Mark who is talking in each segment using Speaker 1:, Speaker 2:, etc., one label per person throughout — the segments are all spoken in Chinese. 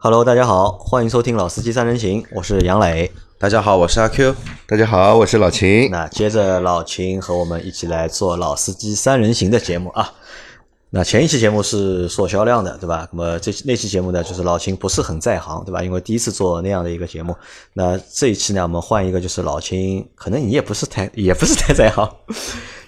Speaker 1: Hello，大家好，欢迎收听《老司机三人行》，我是杨磊。
Speaker 2: 大家好，我是阿 Q。
Speaker 3: 大家好，我是老秦。
Speaker 1: 那接着老秦和我们一起来做《老司机三人行》的节目啊。那前一期节目是说销量的，对吧？那么这那期节目呢，就是老秦不是很在行，对吧？因为第一次做那样的一个节目。那这一期呢，我们换一个，就是老秦，可能你也不是太 也不是太在行，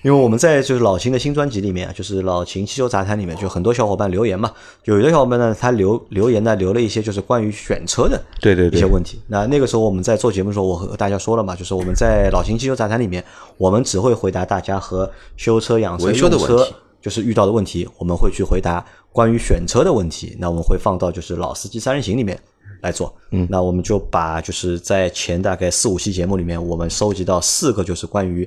Speaker 1: 因为我们在就是老秦的新专辑里面，啊就是老秦汽修杂谈里面，就很多小伙伴留言嘛，有的小伙伴呢，他留留言呢留了一些就是关于选车的
Speaker 3: 对对
Speaker 1: 一些
Speaker 3: 对，
Speaker 1: 问题。那那个时候我们在做节目的时候，我和大家说了嘛，就是我们在老秦汽修杂谈里面，我们只会回答大家和修车、养车、
Speaker 2: 维修的
Speaker 1: 用
Speaker 2: 问
Speaker 1: 车
Speaker 2: 题
Speaker 1: 就是遇到的问题，我们会去回答关于选车的问题。那我们会放到就是老司机三人行里面来做。嗯，那我们就把就是在前大概四五期节目里面，我们收集到四个就是关于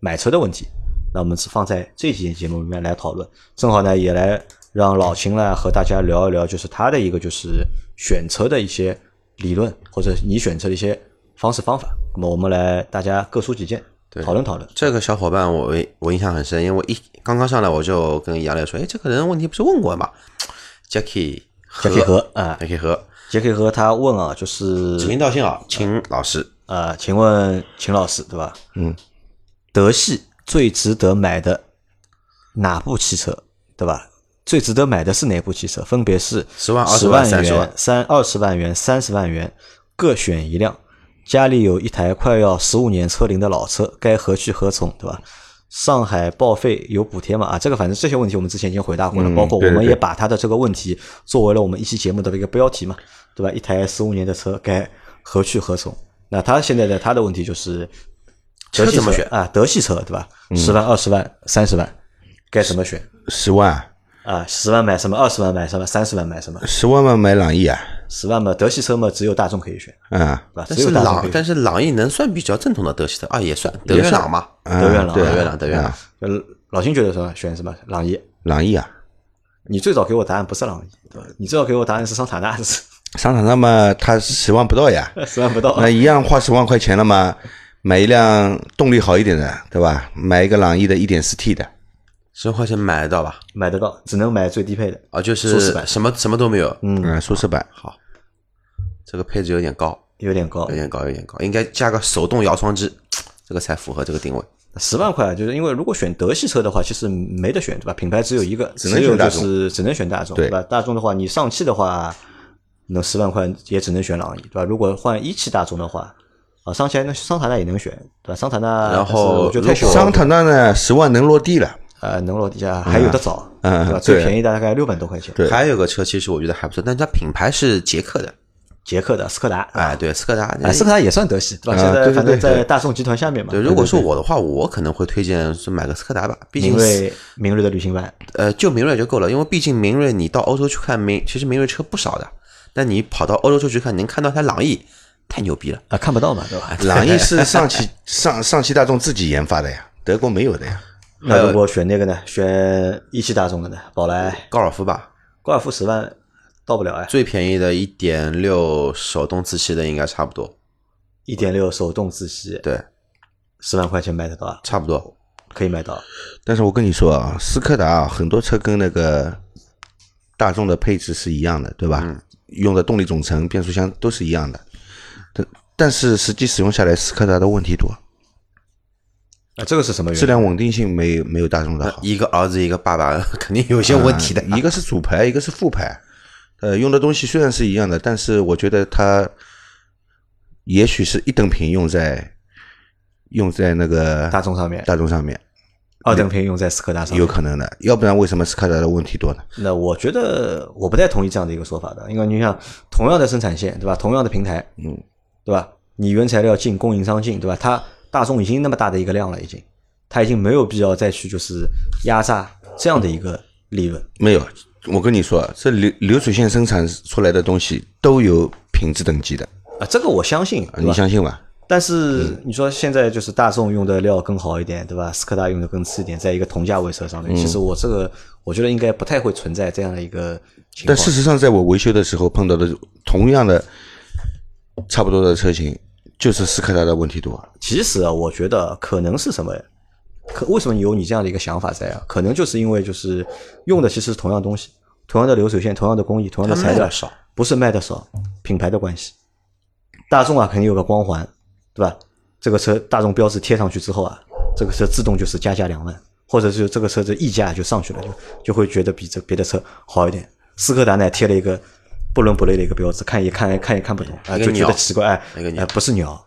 Speaker 1: 买车的问题。那我们是放在这期节目里面来讨论，正好呢也来让老秦来和大家聊一聊，就是他的一个就是选车的一些理论，或者你选车的一些方式方法。那么我们来大家各抒己见，讨论讨论。
Speaker 2: 这个小伙伴我我印象很深，因为我一刚刚上来我就跟杨磊说，哎，这个人问题不是问过吗？Jackie 何
Speaker 1: Jackie 何啊
Speaker 2: j a c k i e 何，
Speaker 1: 杰克和他问啊，就是
Speaker 2: 指名道姓啊，秦老师，
Speaker 1: 呃，请问秦老师对吧？
Speaker 3: 嗯，
Speaker 1: 德系最值得买的哪部汽车对吧？最值得买的是哪部汽车？分别是
Speaker 2: 10万
Speaker 1: 十
Speaker 2: 20万
Speaker 1: 万
Speaker 2: 30
Speaker 1: 元
Speaker 2: 万、
Speaker 1: 三二十万元、三十万元各选一辆。家里有一台快要十五年车龄的老车，该何去何从，对吧？上海报废有补贴吗？啊，这个反正这些问题我们之前已经回答过了，
Speaker 3: 嗯
Speaker 1: 包括我
Speaker 3: 对对
Speaker 1: 们
Speaker 3: 对
Speaker 1: 也把他的这个问题作为了我们一期节目的一个标题嘛，对吧？一台十五年的车该何去何从？那他现在的他的问题就是德
Speaker 2: 车
Speaker 1: 系
Speaker 2: 怎么选嗯
Speaker 1: 啊？德系车对吧？十万、二十万、三十万，该怎么选
Speaker 3: 十万，
Speaker 1: 啊？十万买什么？二十万买什么？三十万买什么？
Speaker 3: 十万嘛买朗逸啊，
Speaker 1: 十万嘛，德系车嘛，只有大众可以选，
Speaker 3: 嗯，
Speaker 1: 对吧？
Speaker 2: 但
Speaker 1: 只有
Speaker 2: 是
Speaker 1: 大众可
Speaker 2: 朗
Speaker 1: 以选。
Speaker 2: 但是朗逸能算比较正统的德系的啊，也算德元朗嘛，
Speaker 3: 嗯
Speaker 1: 德元朗
Speaker 3: 对
Speaker 2: 德元朗德元朗
Speaker 3: 嗯
Speaker 1: 呃老秦觉得说选什么？朗逸？
Speaker 3: 朗逸啊，
Speaker 1: 你最早给我答案不是朗逸，对吧？你最早给我答案是桑塔纳， 是
Speaker 3: 桑塔纳嘛，它十万不到呀，
Speaker 1: 十万不到。
Speaker 3: 那一样花十万块钱了嘛，买一辆动力好一点的，对吧？买一个朗逸的 1.4T 的，
Speaker 2: 十万块钱买得到吧？
Speaker 1: 买得到，只能买最低配的。
Speaker 2: 啊，就
Speaker 1: 舒适
Speaker 2: 是
Speaker 1: 版
Speaker 2: 什么什么都没有，
Speaker 3: 嗯，舒适版，
Speaker 2: 好，这个配置有点高，
Speaker 1: 有点高
Speaker 2: 有，点高，有点高，应该加个手动摇窗机，这个才符合这个定位。
Speaker 1: 十万块啊就是因为如果选德系车的话，其实没得选，对吧？品牌只有一个，
Speaker 3: 只能
Speaker 1: 有
Speaker 3: 选大
Speaker 1: 就
Speaker 3: 众
Speaker 1: 是只能选大众，
Speaker 3: 对
Speaker 1: 对吧？大众的话，你上汽的话，那十万块也只能选朗逸，对吧？如果换一汽大众的话，啊，上汽还能桑塔纳也能选，对吧？桑塔纳，
Speaker 2: 然后
Speaker 1: 但是我觉得太小了，
Speaker 3: 桑塔纳呢，十万能落地了，
Speaker 1: 呃能落地价还有的找，
Speaker 3: 嗯
Speaker 1: 对吧？
Speaker 3: 嗯
Speaker 1: 最
Speaker 3: 对
Speaker 1: 便宜的大概六万多块钱，
Speaker 3: 对
Speaker 2: 还有个车其实我觉得还不错，但它品牌是捷克的，
Speaker 1: 捷克的斯柯达，
Speaker 2: 哎，对，斯柯达。
Speaker 1: 啊，斯柯达也算德系，对吧？
Speaker 3: 啊
Speaker 1: 现在
Speaker 3: 对对
Speaker 1: 反正
Speaker 3: 对
Speaker 1: 在
Speaker 3: 对
Speaker 1: 大众集团下面嘛，
Speaker 2: 对，如果是我的话，我可能会推荐是买个斯柯达吧，毕
Speaker 1: 明
Speaker 2: 竟
Speaker 1: 锐明锐的旅行版，
Speaker 2: 呃，就明锐就够了，因为毕竟明锐你到欧洲去看明，其实明锐车不少的，但你跑到欧洲去去看，你能看到台朗逸，太牛逼了。
Speaker 1: 啊，看不到嘛，对吧？
Speaker 3: 朗逸是上汽 上上汽大众自己研发的呀，德国没有的呀，
Speaker 1: 那如果选那个呢？选一汽大众的呢？宝来、
Speaker 2: 高尔夫吧，
Speaker 1: 高尔夫十万到不了哎，
Speaker 2: 最便宜的一点六手动自吸的应该差不多，
Speaker 1: 一点六手动自吸，
Speaker 2: 对，
Speaker 1: 十万块钱买得到啊，
Speaker 2: 差不多。
Speaker 1: 可以买到。啊
Speaker 3: 但是我跟你说啊，斯柯达啊，很多车跟那个大众的配置是一样的，对吧？
Speaker 2: 嗯
Speaker 3: 用的动力总成、变速箱都是一样的，但但是实际使用下来，斯柯达的问题多，
Speaker 1: 啊，这个是什么原因？
Speaker 3: 质量稳定性没没有大众的
Speaker 2: 那
Speaker 3: 好。
Speaker 2: 一个儿子一个爸爸， 肯定有些问题的。
Speaker 1: 啊
Speaker 3: 呃一个是主牌，一个是副牌，呃，用的东西虽然是一样的，但是我觉得它也许是一等品用在用在那个
Speaker 1: 大众上面，
Speaker 3: 大众上面，
Speaker 1: 二等品用在斯柯达上
Speaker 3: 有
Speaker 1: 面。
Speaker 3: 可能的，要不然为什么斯柯达的问题多呢？
Speaker 1: 那我觉得我不太同意这样的一个说法的，因为你想同样的生产线，对吧？同样的平台，
Speaker 3: 嗯，
Speaker 1: 对吧？你原材料进，供应商进，对吧？它大众已经那么大的一个量了，已经，它已经没有必要再去就是压榨这样的一个利润。
Speaker 3: 没有，我跟你说，这流流水线生产出来的东西都有品质等级的，
Speaker 1: 啊，这个我相信，对吧
Speaker 3: 你相信吧？
Speaker 1: 但是你说现在就是大众用的料更好一点，对吧？斯柯达用的更次一点，在一个同价位车上面，其实我这个我觉得应该不太会存在这样的一个情
Speaker 3: 但
Speaker 1: 况。
Speaker 3: 事实上，在我维修的时候碰到的同样的差不多的车型，就是斯柯达的问题多。
Speaker 1: 其实啊，我觉得可能是什么呀？可为什么有你这样的一个想法在啊？可能就是因为就是用的其实是同样东西，同样的流水线，同样的工艺，同样的
Speaker 2: 它
Speaker 1: 材
Speaker 2: 卖
Speaker 1: 料
Speaker 2: 的，少，
Speaker 1: 不是卖的少，品牌的关系。大众啊，肯定有个光环，对吧？这个车大众标志贴上去之后啊，这个车自动就是加价两万，或者是这个车子溢价就上去了，就就会觉得比这别的车好一点。斯柯达呢贴了一个不伦不类的一个标志，看也看看也看不懂啊、
Speaker 2: 一
Speaker 1: 就
Speaker 2: 个
Speaker 1: 觉
Speaker 2: 鸟
Speaker 1: 得奇怪，哎，
Speaker 2: 一个
Speaker 1: 哎、
Speaker 2: 鸟
Speaker 1: 不是鸟，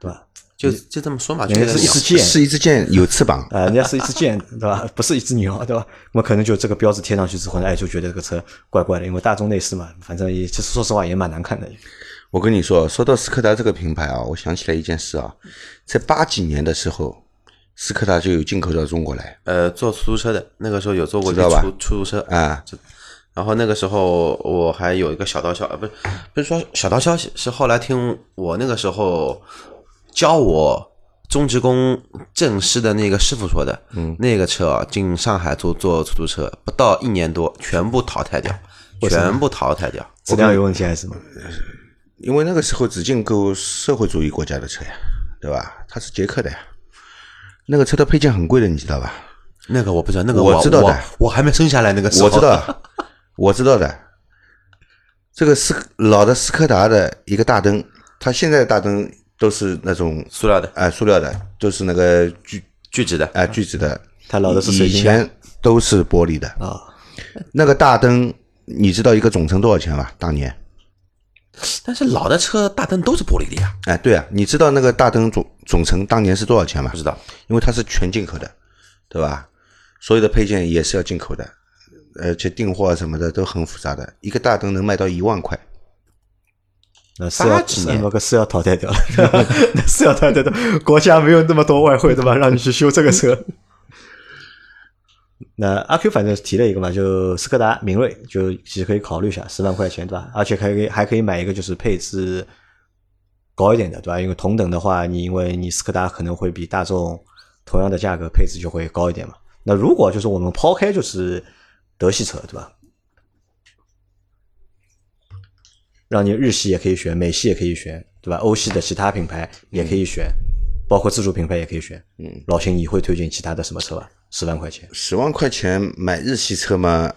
Speaker 1: 对吧？
Speaker 2: 就就这么说嘛，就
Speaker 1: 人家
Speaker 2: 是
Speaker 1: 是一
Speaker 2: 鸟
Speaker 1: 支箭，
Speaker 3: 是一支箭有翅膀，
Speaker 1: 啊，人家是一支箭， 对吧？不是一只鸟，对吧？那么可能就这个标志贴上去之后呢，哎，就觉得这个车怪怪的，因为大众内饰嘛，反正也其实说实话也蛮难看的。
Speaker 3: 我跟你说，说到斯柯达这个品牌啊，我想起来一件事啊，在八几年的时候，斯柯达就有进口到中国来，
Speaker 2: 呃，做出租车的，那个时候有做过一
Speaker 3: 知道吧
Speaker 2: 出出租车
Speaker 3: 啊
Speaker 2: 这然后那个时候我还有一个小道消，呃，不是不是说小道消息，是后来听我那个时候教我中职工正师的那个师傅说的，嗯，那个车啊，进上海做做出租车，不到一年多，全部淘汰 掉，全部淘汰掉。
Speaker 1: 质量有问题还是什么？
Speaker 3: 因为那个时候只进购社会主义国家的车呀，对吧？它是捷克的呀，那个车的配件很贵的，你知道吧？
Speaker 2: 那个我不知道，那个
Speaker 3: 我
Speaker 2: 我
Speaker 3: 知道的
Speaker 2: 我，我还没生下来那个时候，
Speaker 3: 我 知道， 我知道的。这个斯老的斯柯达的一个大灯，它现在的大灯都是那种
Speaker 2: 塑料的
Speaker 3: 啊、塑料的，都是那个聚
Speaker 2: 聚酯的，
Speaker 3: 啊、聚酯的，
Speaker 1: 它老的是水
Speaker 3: 以
Speaker 1: 晶的
Speaker 3: 前都是玻璃的
Speaker 1: 啊，
Speaker 3: 那个大灯，你知道一个总成多少钱吧？当年，
Speaker 2: 但是老的车大灯都是玻璃的呀，
Speaker 3: 哎，对啊，你知道那个大灯总总成当年是多少钱吗
Speaker 2: 不？知道。
Speaker 3: 因为它是全进口的，对吧？所有的配件也是要进口的，而且订货啊什么的都很复杂的。一个大灯能卖到一万块，
Speaker 1: 那是要
Speaker 2: 八几年
Speaker 1: 那个是要淘汰掉了，那是要淘汰掉。国家没有那么多外汇，对吧？让你去修这个车。那阿 Q 反正提了一个嘛，就斯柯达明锐，就其实可以考虑一下，十万块钱对吧？而且还可以还可以买一个就是配置高一点的对吧？因为同等的话，你因为你斯柯达可能会比大众同样的价格配置就会高一点嘛。那如果就是我们抛开就是德系车对吧？让你日系也可以选，美系也可以选，对吧？欧系的其他品牌也可以选，包括自主品牌也可以选。
Speaker 3: 嗯，
Speaker 1: 老秦，你会推荐其他的什么车吧？十万块钱，
Speaker 3: 十万块钱买日系车嘛，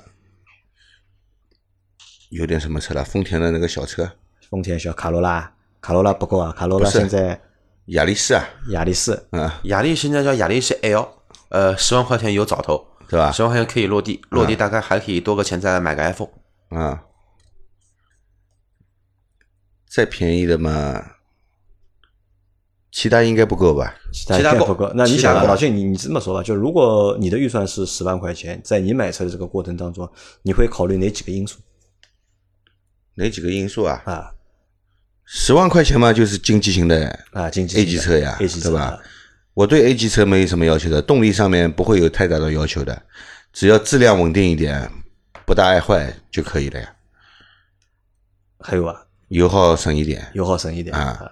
Speaker 3: 有点什么车了？丰田的那个小车，
Speaker 1: 丰田小卡罗拉，卡罗拉不够啊，卡罗拉
Speaker 3: 不是
Speaker 1: 现在
Speaker 3: 雅力士啊，啊
Speaker 1: 雅力士，
Speaker 2: 雅力士现在叫雅力士 L，呃，十万块钱有找头，
Speaker 3: 对吧？
Speaker 2: 十万块钱可以落地，落地大概还可以多个钱再买个 iPhone。
Speaker 3: 啊、再便宜的嘛，其他应该不够吧？
Speaker 1: 其他
Speaker 2: 其他
Speaker 1: 应该不
Speaker 2: 够
Speaker 1: 够。那你
Speaker 2: 其他
Speaker 1: 想啊，
Speaker 2: 够
Speaker 1: 老秦，你你这么说吧，就如果你的预算是十万块钱，在你买车的这个过程当中，你会考虑哪几个因素
Speaker 3: 哪几个因素啊？
Speaker 1: 啊？
Speaker 3: 十万块钱嘛，就是经济型的
Speaker 1: 啊，经济
Speaker 3: A 级车呀，
Speaker 1: ，A 级车
Speaker 3: 对吧？
Speaker 1: 啊
Speaker 3: 我对 A 级车没什么要求的，动力上面不会有太大的要求的，只要质量稳定一点，不大爱坏就可以了呀，
Speaker 1: 还有啊，
Speaker 3: 油耗省一点
Speaker 1: 油耗省一点
Speaker 3: 啊，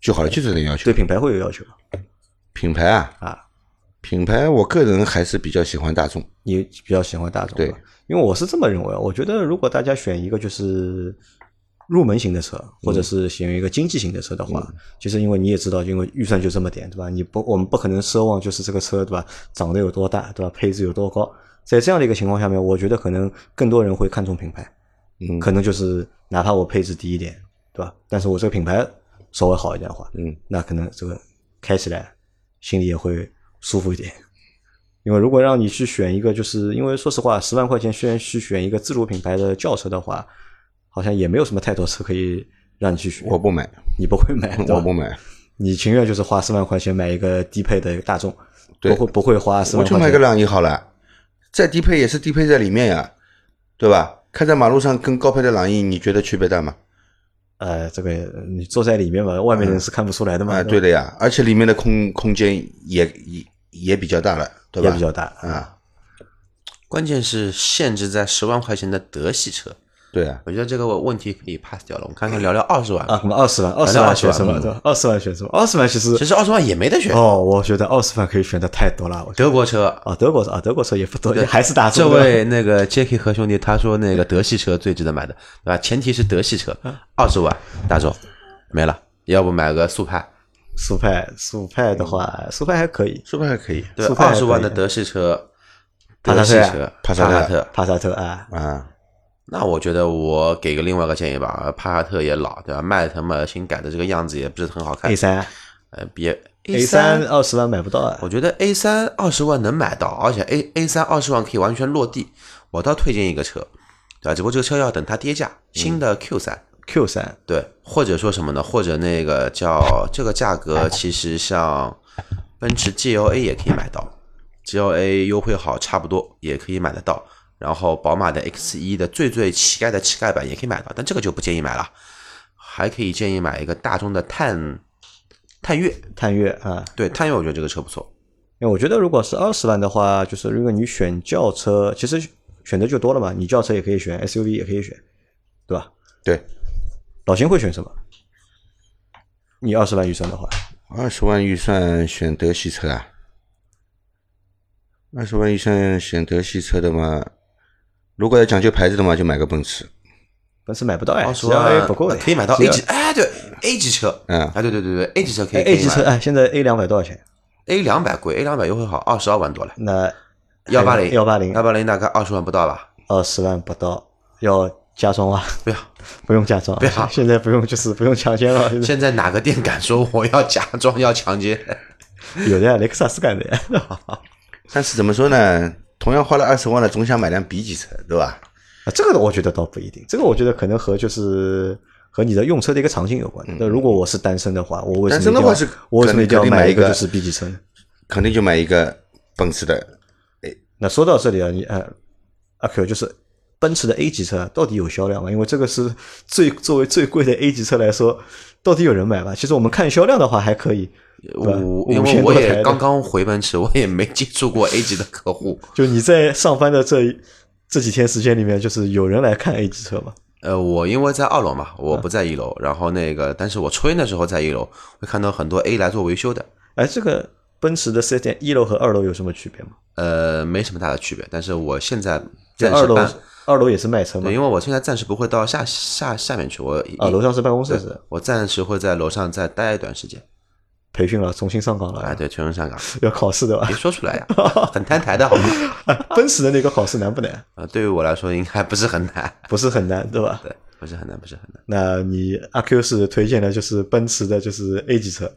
Speaker 3: 就好了，就这点要求
Speaker 1: 对。品牌会有要求吗
Speaker 3: 品牌啊，
Speaker 1: 啊。
Speaker 3: 品牌我个人还是比较喜欢大众，
Speaker 1: 你比较喜欢大众，
Speaker 3: 对
Speaker 1: 吧？因为我是这么认为，啊我觉得如果大家选一个就是入门型的车，或
Speaker 3: 嗯
Speaker 1: 者是选一个经济型的车的话，其实因为你也知道，因为预算就这么点，对吧？你不，我们不可能奢望就是这个车，对吧？长得有多大，对吧？配置有多高，在这样的一个情况下面，我觉得可能更多人会看重品牌，
Speaker 3: 嗯
Speaker 1: 可能就是哪怕我配置低一点，对吧？但是我这个品牌稍微好一点的话，
Speaker 3: 嗯，
Speaker 1: 那可能这个开起来心里也会舒服一点。因为如果让你去选一个，就是因为说实话，十万块钱虽然去选一个自主品牌的轿车的话，好像也没有什么太多车可以让你去选。
Speaker 3: 我不买，
Speaker 1: 你不会买，对吧
Speaker 3: 我不，买，
Speaker 1: 你情愿就是花十万块钱买一个低配的大众，
Speaker 3: 对
Speaker 1: 不会不会花十
Speaker 3: 我
Speaker 1: 万
Speaker 3: 就
Speaker 1: 块
Speaker 3: 买个
Speaker 1: 钱。
Speaker 3: 朗逸好了，再低配也是低配在里面呀，对吧？开在马路上跟高配的朗逸，你觉得区别大吗？
Speaker 1: 呃，这个呃你坐在里面嘛，外面人是看不出来的嘛，
Speaker 3: 啊，对
Speaker 1: 吧，
Speaker 3: 的呀，而且里面的空空间也也也比较大了，对
Speaker 1: 也
Speaker 3: 吧？
Speaker 1: 比较大
Speaker 3: 啊，
Speaker 2: 关键是限制在十万块钱的德系车，
Speaker 3: 对啊，
Speaker 2: 我觉得这个问题可以 pass 掉了。我们看看聊聊二十万
Speaker 1: 啊。，那么二十万，二
Speaker 2: 反
Speaker 1: 十
Speaker 2: 正
Speaker 1: 万
Speaker 2: 20
Speaker 1: 选
Speaker 2: 万
Speaker 1: 什么？
Speaker 2: 嗯
Speaker 1: 对吧？二十万选什么？二十万其实
Speaker 2: 其实二十万也没得选，
Speaker 1: 哦，我觉得二十万可以选的太多了。我觉得
Speaker 2: 德国车。
Speaker 1: 啊，德国车啊，德国车也不多，也还是大众。
Speaker 2: 啊这
Speaker 1: 对吧
Speaker 2: 位那个 Jacky 和兄弟他说那个德系车最值得买的，对吧？前提是德系车，二十万大众没了，要不买个速派，
Speaker 1: 速派，速派的话，
Speaker 2: 嗯
Speaker 1: 速派还可以，
Speaker 3: 是不是还可以？
Speaker 2: 对，
Speaker 1: 速派还
Speaker 2: 二
Speaker 1: 可以
Speaker 2: 十万的德系车，
Speaker 1: 帕
Speaker 2: 德
Speaker 1: 萨特
Speaker 2: 系
Speaker 1: 呀
Speaker 2: 车，
Speaker 3: 帕
Speaker 2: 帕
Speaker 3: 萨特
Speaker 2: 特，
Speaker 1: 帕萨特啊，
Speaker 3: 啊，
Speaker 2: 那我觉得我给个另外一个建议吧，帕萨特也老，对吧？迈腾嘛，新改的这个样子也不是很好看
Speaker 1: A。三
Speaker 2: 呃，比
Speaker 1: A 三二十万买不到啊，
Speaker 2: 我觉得 A 三二十万能买到，而且 A A 三二十万可以完全落地。我倒推荐一个车，对吧？只不过这个车要等它跌价，新的 Q 三、
Speaker 1: Q 三
Speaker 2: 对，或者说什么呢？或者那个叫这个价格，其实像奔驰 GLA 也可以买到，GLA 优惠好差不多也可以买得到。然后宝马的 X 1的最最乞丐的乞丐版也可以买到，但这个就不建议买了。还可以建议买一个大众的探探岳，
Speaker 1: 探岳啊，
Speaker 2: 对探岳，我觉得这个车不错。
Speaker 1: 因为我觉得如果是二十万的话，就是如果你选轿车，其实选择就多了嘛，你轿车也可以选，SUV 也可以选，对吧？
Speaker 3: 对，
Speaker 1: 老秦会选什么？你二十万预算的话，
Speaker 3: 二十万预算选德系车啊？二十万预算选德系车的嘛？如果要讲究牌子的嘛，就买个奔驰。
Speaker 1: 奔驰买不到哎
Speaker 2: 二十万
Speaker 1: GLA 不够哎，
Speaker 2: 啊可以买到 A 级，
Speaker 1: GLA
Speaker 2: 哎，对 A 级车，
Speaker 3: 嗯
Speaker 2: 啊，对对对对，A 级车可以
Speaker 1: 哎
Speaker 2: 可以
Speaker 1: A 级
Speaker 2: 买
Speaker 1: 车哎，现在 A 两百多少钱？
Speaker 2: ，A 两百贵，A 两百优惠好二十二万多了，
Speaker 1: 那
Speaker 2: 幺八零
Speaker 1: 哎幺八零
Speaker 2: 幺八零大概二十万不到吧，
Speaker 1: 二十万不到，要加装啊？
Speaker 2: 不要，
Speaker 1: 不用加装，
Speaker 2: 不要
Speaker 1: 现在不用就是不用强奸了，现在
Speaker 2: 现在哪个店敢说我要假装要强奸？
Speaker 1: 有的呀，雷克萨斯干的 呀。
Speaker 3: 但是怎么说呢？同样花了二十万了，总想买辆 B 级车，对吧？
Speaker 1: 啊，这个我觉得倒不一定，这个我觉得可能和就是和你的用车的一个场景有关。那、如果我是单身的话，我为什么
Speaker 3: 嗯单身的
Speaker 1: 一定要
Speaker 3: 话是
Speaker 1: 我为什么一定要
Speaker 3: 肯定
Speaker 1: 买
Speaker 3: 买
Speaker 1: 一
Speaker 3: 一个
Speaker 1: 个就是 B 级车呢？
Speaker 3: 肯定就买一个奔驰的。
Speaker 1: 那说到这里啊，你呃，阿 Q 就是奔驰的 A 级车啊到底有销量吗？因为这个是最作为最贵的 A 级车来说，到底有人买吗？其实我们看销量的话还可以，对吧
Speaker 2: 我因
Speaker 1: 五
Speaker 2: 为
Speaker 1: 千
Speaker 2: 我
Speaker 1: 多台
Speaker 2: 也
Speaker 1: 的
Speaker 2: 刚刚回奔驰，我也没接触过 A 级的客户。
Speaker 1: 就你在上班的这一这几天时间里面，就是有人来看 A 级车吗？
Speaker 2: 呃，我因为在二楼嘛，我不在一楼。然后那个，但是我抽烟的时候在一楼会看到很多 A 来做维修的。
Speaker 1: 哎，这个奔驰的四 S 店一楼和二楼有什么区别吗？
Speaker 2: 呃，没什么大的区别。但是我现在
Speaker 1: 在
Speaker 2: 暂
Speaker 1: 二
Speaker 2: 时
Speaker 1: 楼
Speaker 2: 搬，，
Speaker 1: 二楼也是卖车吗
Speaker 2: 对，？因为我现在暂时不会到下下下面去，我
Speaker 1: 啊，楼上是办公室是
Speaker 2: 我暂时会在楼上再待一段时间。
Speaker 1: 培训了，重新上岗了，
Speaker 2: 啊，对，全身上岗，
Speaker 1: 要考试对吧
Speaker 2: 别？说出来呀， 很摊台的好吗？
Speaker 1: 奔驰的那个考试难不 难？
Speaker 2: 啊，对于我来说应该不是很难，
Speaker 1: 不是很难对吧？
Speaker 2: 对，不是很难，不是很难。
Speaker 1: 那你阿 Q 是推荐的就是奔驰的，就是 A 级车，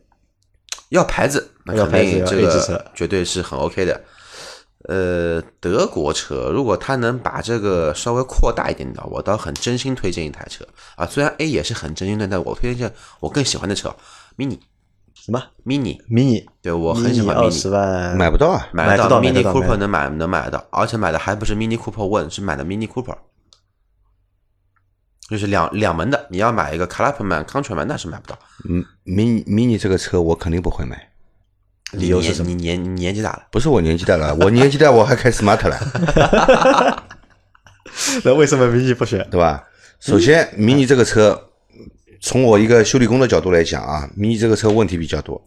Speaker 2: 要牌子，那
Speaker 1: 要
Speaker 2: 肯
Speaker 1: 牌子
Speaker 2: 定
Speaker 1: 要
Speaker 2: 这
Speaker 1: A 级
Speaker 2: 个
Speaker 1: 车
Speaker 2: 绝对是很 OK 的。呃，德国车如果它能把这个稍微扩大一点的，我倒很真心推荐一台车啊。虽然 A 也是很真心的，但我推荐我更喜欢的车，mini
Speaker 1: 什么
Speaker 2: mini，
Speaker 1: mini？
Speaker 2: 对我很喜欢
Speaker 1: 二
Speaker 2: mini，
Speaker 1: 十万
Speaker 3: 买不到啊，
Speaker 2: 买
Speaker 1: 买
Speaker 2: 得
Speaker 1: 得到买
Speaker 2: mini
Speaker 1: 得到
Speaker 2: Cooper
Speaker 1: 买
Speaker 2: 能买能买得到，而且买的还不是 mini Cooper One，是买的 mini Cooper，就是两两门的。你要买一个 Clubman、Countryman 那是买不到，
Speaker 3: 嗯，mini mini 这个车我肯定不会买，
Speaker 1: 理由是
Speaker 2: 你
Speaker 1: 什么
Speaker 2: 你年你年纪大了，
Speaker 3: 不是我年纪大了，我年纪大我还开 smart 了，
Speaker 1: 那为什么 mini 不选？
Speaker 3: 对吧？首先，mini 这个车，从我一个修理工的角度来讲啊，mini 这个车问题比较多，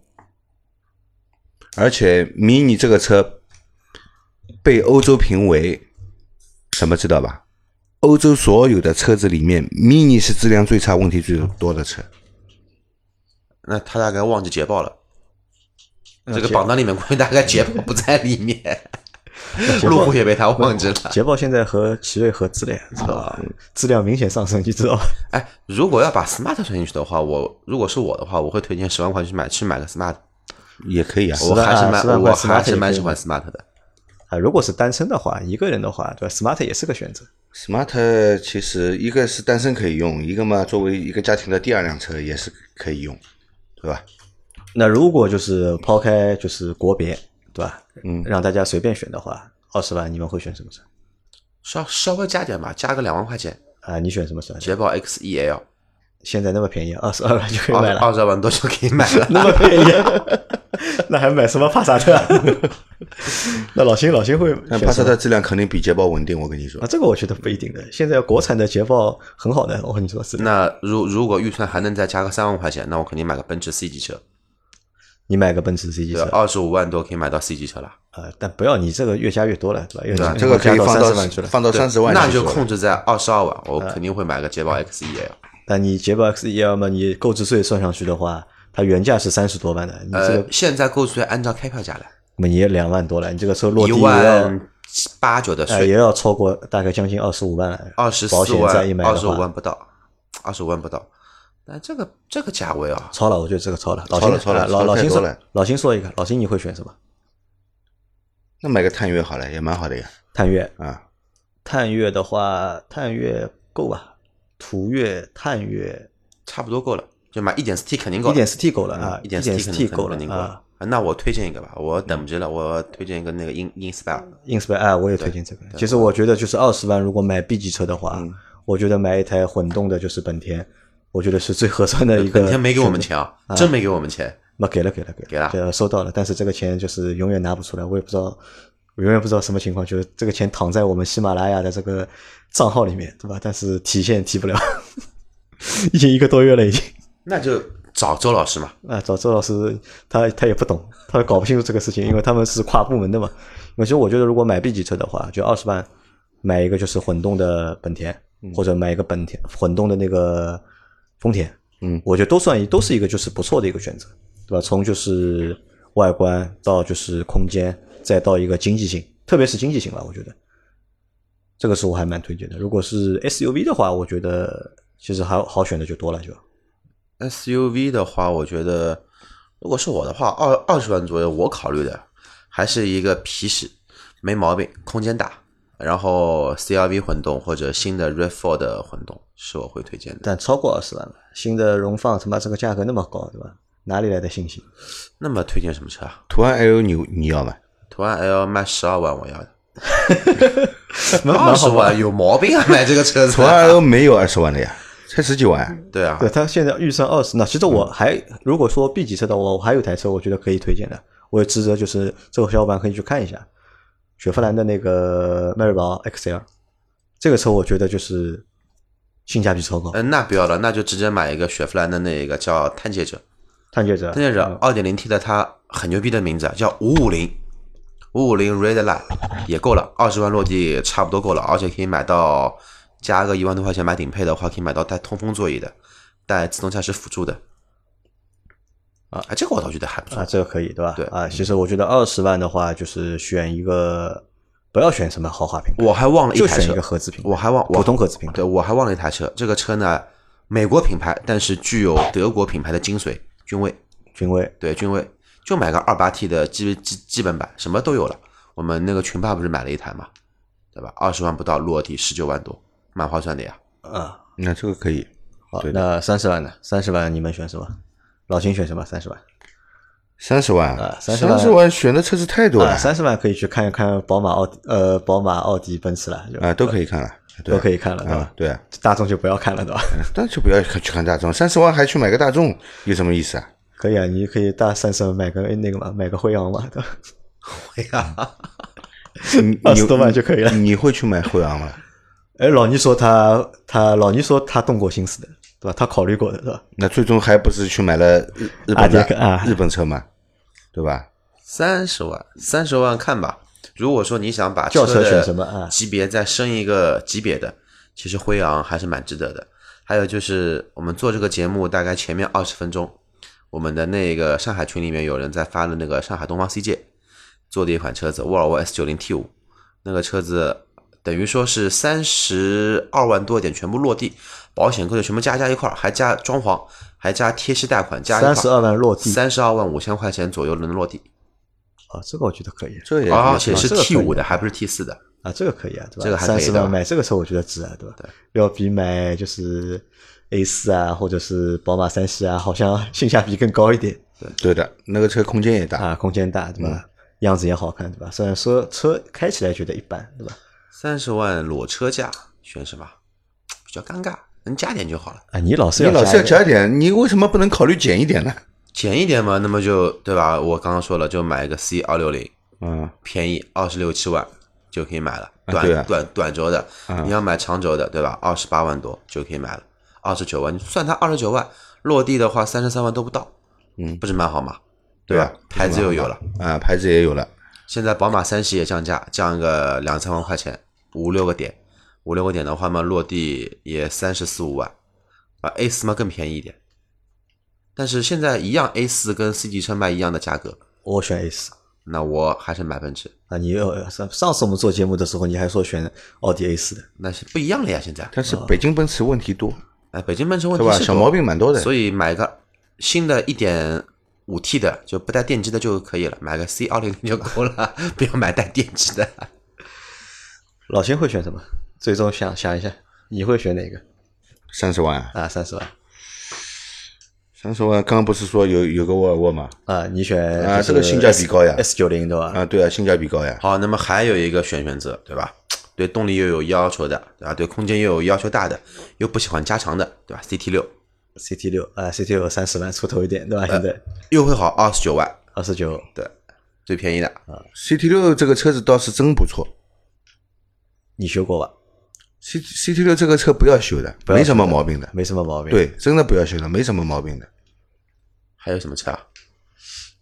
Speaker 3: 而且 mini 这个车被欧洲评为什么知道吧？欧洲所有的车子里面，mini 是质量最差、问题最多的车。
Speaker 2: 那他大概忘记捷豹了。这个
Speaker 1: 捷
Speaker 2: 榜单里面估计大概捷豹不在里面，
Speaker 1: 捷嗯
Speaker 2: 路
Speaker 1: 豹
Speaker 2: 虎也被他忘记了。
Speaker 1: 捷豹现在和奇瑞合资了呀，
Speaker 2: 啊
Speaker 1: 知道吧？质量明显上升，你知道吧？
Speaker 2: 哎，如果要把 smart 算进去的话，我如果是我的话，我会推荐十万块去买去买个 smart。
Speaker 3: 也可以啊，
Speaker 2: 我还是
Speaker 1: 啊
Speaker 2: 蛮
Speaker 1: 10万
Speaker 2: 我
Speaker 1: 块
Speaker 2: 还
Speaker 1: smart
Speaker 2: 是蛮喜欢
Speaker 1: 也
Speaker 2: smart 的。
Speaker 1: 啊，如果是单身的话，一个人的话，对吧？smart 也是个选择。
Speaker 3: Smart 其实一个是单身可以用，一个嘛作为一个家庭的第二辆车也是可以用，对吧？
Speaker 1: 那如果就是抛开就是国别，对吧？嗯，让大家随便选的话，二十万你们会选什么车？
Speaker 2: 稍稍微加点吧，加个两万块钱，
Speaker 1: 啊，你选什么车？
Speaker 2: 捷豹 XEL
Speaker 1: 现在那么便宜，二十二万就可以买
Speaker 2: 二
Speaker 1: 了，
Speaker 2: 二十万多就可以买了。
Speaker 1: 那么便宜， 那还买什么帕萨特、啊？ 那老辛，老辛会
Speaker 3: 但
Speaker 1: 选
Speaker 3: 帕
Speaker 1: 什
Speaker 3: 萨
Speaker 1: 么
Speaker 3: 特质量肯定比捷豹稳定，我跟你说
Speaker 1: 啊，。这个我觉得不一定的。现在国产的捷豹很好的，我跟你说是。
Speaker 2: 那如如果预算还能再加个三万块钱，那我肯定买个奔驰 C 级车，
Speaker 1: 你买个奔驰 C 级
Speaker 2: 对啊
Speaker 1: 车
Speaker 2: 吧，二十五万多可以买到 C 级车了。
Speaker 1: 啊，但不要你这个越加越多了，对吧？越
Speaker 2: 对
Speaker 1: 加
Speaker 2: 啊
Speaker 1: 越
Speaker 3: 这个可以
Speaker 1: 加到
Speaker 3: 放
Speaker 1: 三
Speaker 3: 到
Speaker 1: 十万呃去了。
Speaker 3: 放到三十万去
Speaker 2: 那
Speaker 3: 说，
Speaker 2: 就控制在二十二万，我肯定会买个捷
Speaker 1: 哎
Speaker 2: 豹 XEL。
Speaker 1: 但你捷豹 XE L 嘛，你购置税算上去的话，它原价是三十多万的，你这
Speaker 2: 呃
Speaker 1: 个，
Speaker 2: 现在购置税按照开票价来，
Speaker 1: 你也两万多了，你这个车落
Speaker 2: 一
Speaker 1: 地要
Speaker 2: 万八九的
Speaker 1: 呃，也
Speaker 2: 税，
Speaker 1: 要超过大概将近二十五万来着，
Speaker 2: 二十
Speaker 1: 保
Speaker 2: 四
Speaker 1: 险再一
Speaker 2: 万，
Speaker 1: 买
Speaker 2: 二
Speaker 1: 的
Speaker 2: 十五
Speaker 1: 话，
Speaker 2: 万不到，二十五万不到。那这个这个价位啊，
Speaker 1: 超了，我觉得这个超了。老
Speaker 3: 超
Speaker 1: 秦
Speaker 3: 了超了
Speaker 1: 啊老
Speaker 3: 超
Speaker 1: 老
Speaker 3: 太
Speaker 1: 秦
Speaker 3: 多
Speaker 1: 说
Speaker 3: 了，
Speaker 1: 老秦说一个，老秦你会选什么？
Speaker 3: 那买个探岳好了，也蛮好的呀。
Speaker 1: 探岳，
Speaker 3: 啊，
Speaker 1: 探岳的话，探岳够吧？途岳、探岳，
Speaker 2: 差不多够了，就买一点四 T 肯定
Speaker 1: 一
Speaker 2: 够了，嗯
Speaker 1: 点四 T 够了啊，
Speaker 2: 一
Speaker 1: 点
Speaker 2: 点
Speaker 1: 四 T
Speaker 2: 肯定
Speaker 1: 够了
Speaker 2: 肯定够
Speaker 1: 啊
Speaker 2: 了。。那我推荐一个吧，我等不及了，我推荐一个那个 In Inspire，
Speaker 1: Inspire，哎，我也推荐这个。其实我觉得就是二十万，如果买 B 级车的
Speaker 2: 嗯
Speaker 1: 话，我觉得买一台混动的，就是本田，我觉得是最合算的呃一个。
Speaker 2: 本田没给我们，钱啊，真没给我们钱。
Speaker 1: 那给了给了给了
Speaker 2: 给了
Speaker 1: 对收到了。但是这个钱就是永远拿不出来，我也不知道，我永远不知道什么情况，就是这个钱躺在我们喜马拉雅的这个账号里面，对吧？但是提现提不了， 已经一个多月了，已经。
Speaker 2: 那就找周老师嘛，
Speaker 1: 啊，找周老师，他他也不懂，他搞不清楚这个事情，因为他们是跨部门的嘛。因为其实我觉得，如果买 B 级车的话，就二十万买一个就是混动的本田，或者买一个本田混动的那个丰田，
Speaker 3: 嗯，
Speaker 1: 我觉得都算一都是一个就是不错的一个选择，对吧？从就是外观到就是空间，再到一个经济性，特别是经济性吧，我觉得这个是我还蛮推荐的。如果是 SUV 的话，我觉得其实还好选的就多了，就
Speaker 2: SUV 的话，我觉得如果是我的话，二二十万左右，我考虑的还是一个皮实，没毛病，空间大，然后 CRV 混动或者新的 RAV4 的混动是我会推荐的。
Speaker 1: 但超过二十万了，新的荣放他妈这个价格那么高，对吧？哪里来的 信心？
Speaker 2: 那么推荐什么车啊？
Speaker 3: 途安 L 你你要吗？
Speaker 2: 途安 L 卖十二万，我要的。
Speaker 1: 蛮
Speaker 2: 二
Speaker 1: 蛮
Speaker 2: 十
Speaker 1: 好玩。
Speaker 2: 万有毛病啊！买这个 车子
Speaker 3: 途，安 L 没有二十万的呀，才十几万啊。
Speaker 2: 对啊
Speaker 1: 对，他现在预算二十，那其实我还如果说 B 级车的话，我还有台车，我觉得可以推荐的，我也值得就是这个小伙伴可以去看一下，雪佛兰的那个迈锐宝 XL，这个车我觉得就是性价比超高，
Speaker 2: 嗯，那不要了，那就直接买一个雪佛兰的那个叫探界者，
Speaker 1: 探界者，嗯
Speaker 2: 探界者二点零 T 的，它很牛逼的名字啊叫五五零，五五零 Redline 也够了，二十万落地差不多够了，而且可以买到加个一万多块钱买顶配的话，可以买到带通风座椅的，带自动驾驶辅助的。啊，哎，这个我倒觉得还不错
Speaker 1: 啊，。这个可以对吧？
Speaker 2: 对
Speaker 1: 啊，其实我觉得二十万的话，就是选一个，不要选什么豪华品牌，
Speaker 2: 我还忘了一
Speaker 1: 就
Speaker 2: 台
Speaker 1: 选
Speaker 2: 车
Speaker 1: 一个，合资品牌，
Speaker 2: 我还忘我
Speaker 1: 普通合资品牌
Speaker 2: 对，我还忘了一台车，这个车呢，美国品牌，但是具有德国品牌的精髓君威。
Speaker 1: 君威。
Speaker 2: 对，君威就买个二八 T 的基基基本版，什么都有了。我们那个群霸不是买了一台嘛，对吧？二十万不到，落地十九万多，蛮划算的呀。
Speaker 1: 啊，
Speaker 3: 那这个可以，
Speaker 1: 好，那三十万呢？三十万你们选什么？老秦选什么？三十万
Speaker 3: 三十万
Speaker 1: 啊30万
Speaker 3: 三十万选的车子太多了
Speaker 1: 啊，三十万可以去看一看宝马、奥迪呃宝马、奥迪、奔驰了，就
Speaker 3: 啊，都可以看了，对
Speaker 1: 都
Speaker 3: 啊
Speaker 1: 可以看哎了，对嗯
Speaker 3: 啊
Speaker 1: 吧，？
Speaker 3: 对啊，
Speaker 1: 大众就不要看了，对吧？
Speaker 3: 但就不要去看大众，三十万还去买个大众有什么意思啊？
Speaker 1: 可以啊，你可以大三十万买个那个嘛，买个辉昂嘛，对吧？
Speaker 3: 你
Speaker 1: 20多万就可以了
Speaker 3: 你你会去买辉昂吗？
Speaker 1: 哎，老倪说他他老倪说他动过心思的，对吧？他考虑过的，对吧？
Speaker 3: 那最终还不是去买了日日本
Speaker 1: 阿迪克啊
Speaker 3: 的日本车嘛，对吧？
Speaker 2: 三十万，三十万看吧。如果说你想把
Speaker 1: 轿车
Speaker 2: 的
Speaker 1: 选什么啊
Speaker 2: 级别再升一个级别的，其实辉昂还是蛮值得的。还有就是我们做这个节目大概前面二十分钟，我们的那个上海群里面有人在发了那个上海东方 CJ 做的一款车子沃尔沃 S 九零 T 五，那个车子等于说是三十二万多点全部落地，保险各种全部加加一块儿，还加装潢，还加贴息贷款，加一块
Speaker 1: 三十二万落地
Speaker 2: 三十二万五千块钱左右能落地。
Speaker 1: 啊，这个我觉得可以
Speaker 3: 这也
Speaker 2: 而且啊是
Speaker 1: 这个可以
Speaker 2: T 五的，还不是 T 四的。
Speaker 1: 啊，这个可以啊，对吧？
Speaker 2: 这个还
Speaker 1: 三
Speaker 2: 可以
Speaker 1: 十
Speaker 2: 的
Speaker 1: 万买这个车，我觉得值啊，对吧？要比买就是 A 四啊，或者是宝马三系啊，好像性价比更高一点。
Speaker 3: 对的，那个车空间也大，
Speaker 1: 啊，空间大，对吧？样子也好看，对吧？虽然说车开起来觉得一般，对吧？
Speaker 2: 三十万裸车价选什么？比较尴尬，能加点就好了，
Speaker 1: 啊，你老是
Speaker 3: 你
Speaker 1: 要
Speaker 3: 老是要
Speaker 1: 加一
Speaker 3: 加一点，你为什么不能考虑减一点呢？
Speaker 2: 减一点嘛，那么就对吧？我刚刚说了，就买一个 C 二六零，
Speaker 3: 嗯，
Speaker 2: 便宜二十六七万就可以买了，
Speaker 3: 啊
Speaker 2: 短、
Speaker 3: 对啊
Speaker 2: 短短轴的，你要买长轴的，对吧？二十八万多就可以买了，二十九万，你算它二十九万，落地的话三十三万都不到，
Speaker 3: 嗯
Speaker 2: 不是蛮好吗？
Speaker 3: 对
Speaker 2: 吧
Speaker 3: 啊？
Speaker 2: 牌子又有了，
Speaker 3: 啊，牌子也有了，
Speaker 2: 现在宝马三系也降价，降个两三万块钱，五六个点，五六个点的话嘛，落地也三十四五万，啊，A 四嘛更便宜一点。但是现在一样 A 四跟 C 级车卖一样的价格，
Speaker 1: 我选 A 四，
Speaker 2: 那我还是买奔驰。
Speaker 1: 啊，你有上上次我们做节目的时候，你还说选奥迪 A 四的，
Speaker 2: 那是不一样了呀，现在。
Speaker 3: 但是北京奔驰问题多，
Speaker 2: 哎，北京奔驰问
Speaker 3: 对
Speaker 2: 题
Speaker 3: 吧？
Speaker 2: 是
Speaker 3: 小
Speaker 2: 多
Speaker 3: 毛病蛮多的。
Speaker 2: 所以买个新的一点五 T 的，就不带电机的就可以了，买个 C 二零零就够了， 不要买带电机的。
Speaker 1: 老秦会选什么？最终想想一下，你会选哪个？
Speaker 3: 三十万啊，
Speaker 1: 啊，三十万
Speaker 3: 三十万，刚刚不是说有有个沃尔沃吗？
Speaker 1: 啊，你选
Speaker 3: 啊这个性价比高呀
Speaker 1: ，S 九零对吧？
Speaker 3: 啊，对啊，性价比高呀。
Speaker 2: 好，那么还有一个选选择，对吧？对动力又有要求的，对吧？对空间又有要求大的，又不喜欢加长的，对吧？CT 六
Speaker 1: CT 六啊，CT 六三十万出头一点对吧？现在
Speaker 2: 优惠好二十九万，
Speaker 1: 二十九，
Speaker 2: 对，最便宜的。啊
Speaker 3: CT 六这个车子倒是真不错
Speaker 1: 你修过吧？
Speaker 3: ，C CT 六这个车不要修的，
Speaker 1: 要修的
Speaker 3: 没什么毛病的。
Speaker 1: 没什么毛病。，
Speaker 3: 对，真的不要修的，没什么毛病的。
Speaker 2: 还有什么车啊？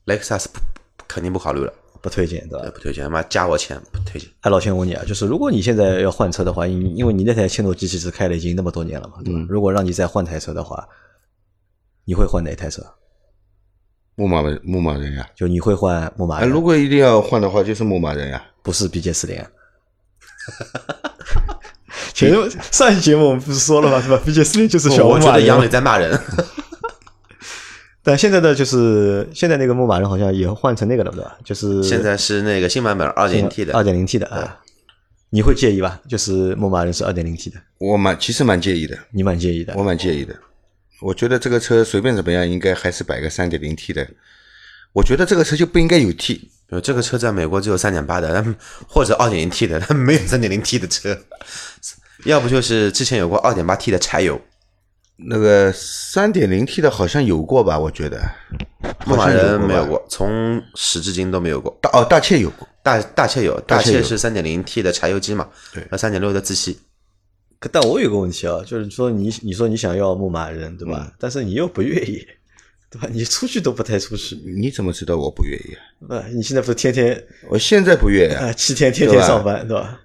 Speaker 2: 雷克萨斯不不肯定不考虑了，
Speaker 1: 不推荐对吧
Speaker 2: 呃，？不推荐，他妈加我钱不推荐。
Speaker 1: 哎，老钱，我问你啊，就是如果你现在要换车的话，因因为你那台千诺机器是开了已经那么多年了嘛，对吧？如果让你再换台车的话，你会换哪台车？
Speaker 3: 牧马人，牧马人呀、
Speaker 1: 就你会换牧马
Speaker 3: 哎，
Speaker 1: 人，
Speaker 3: 如果一定要换的话，就是牧马人呀、
Speaker 1: 不是 BJ 四 零。啊前上一期节目我们不是说了吗？是吧？BJ 四零就是小牧
Speaker 2: 我觉
Speaker 1: 马
Speaker 2: 得杨磊
Speaker 1: 人，
Speaker 2: 在骂人。
Speaker 1: 但现在的就是现在那个牧马人好像也换成那个了，对吧？就是
Speaker 2: 现在是那个新版本二点 T 的，
Speaker 1: 二点零 T 的啊，你会介意吧？就是牧马人是二点零 T 的，
Speaker 3: 我蛮其实蛮介意的，
Speaker 1: 你蛮介意的
Speaker 3: 我。蛮介意的。我觉得这个车随便怎么样，应该还是摆个三点零 T 的。我觉得这个车就不应该有 T，
Speaker 2: 呃，这个车在美国只有三点八的， 但或者二点零 T 的， 它没有三点零 T 的车。 要不就是之前有过二点八 T 的柴油，
Speaker 3: 那个三点零 T 的好像有过吧？我觉得，
Speaker 2: 牧
Speaker 3: 好
Speaker 2: 马
Speaker 3: 像
Speaker 2: 人没有
Speaker 3: 吧。
Speaker 2: 过，从始至今都没有过。
Speaker 3: 大哦，大切有过，
Speaker 2: 大大切有，大
Speaker 3: 大切有
Speaker 2: 切是三点零 T 的柴油机嘛，
Speaker 3: 对
Speaker 2: 和三点六的自吸。
Speaker 1: 可但我有个问题啊，就是说你你说你想要牧马人对
Speaker 3: 嗯
Speaker 1: 吧？但是你又不愿意，对吧？你出去都不太出去，
Speaker 3: 你怎么知道我不愿意啊？
Speaker 1: 啊，你现在不是天天
Speaker 3: 我现在不愿意
Speaker 2: 哎
Speaker 3: 啊，
Speaker 1: 啊七天天
Speaker 3: 对
Speaker 1: 天
Speaker 3: 吧
Speaker 1: 上班对吧？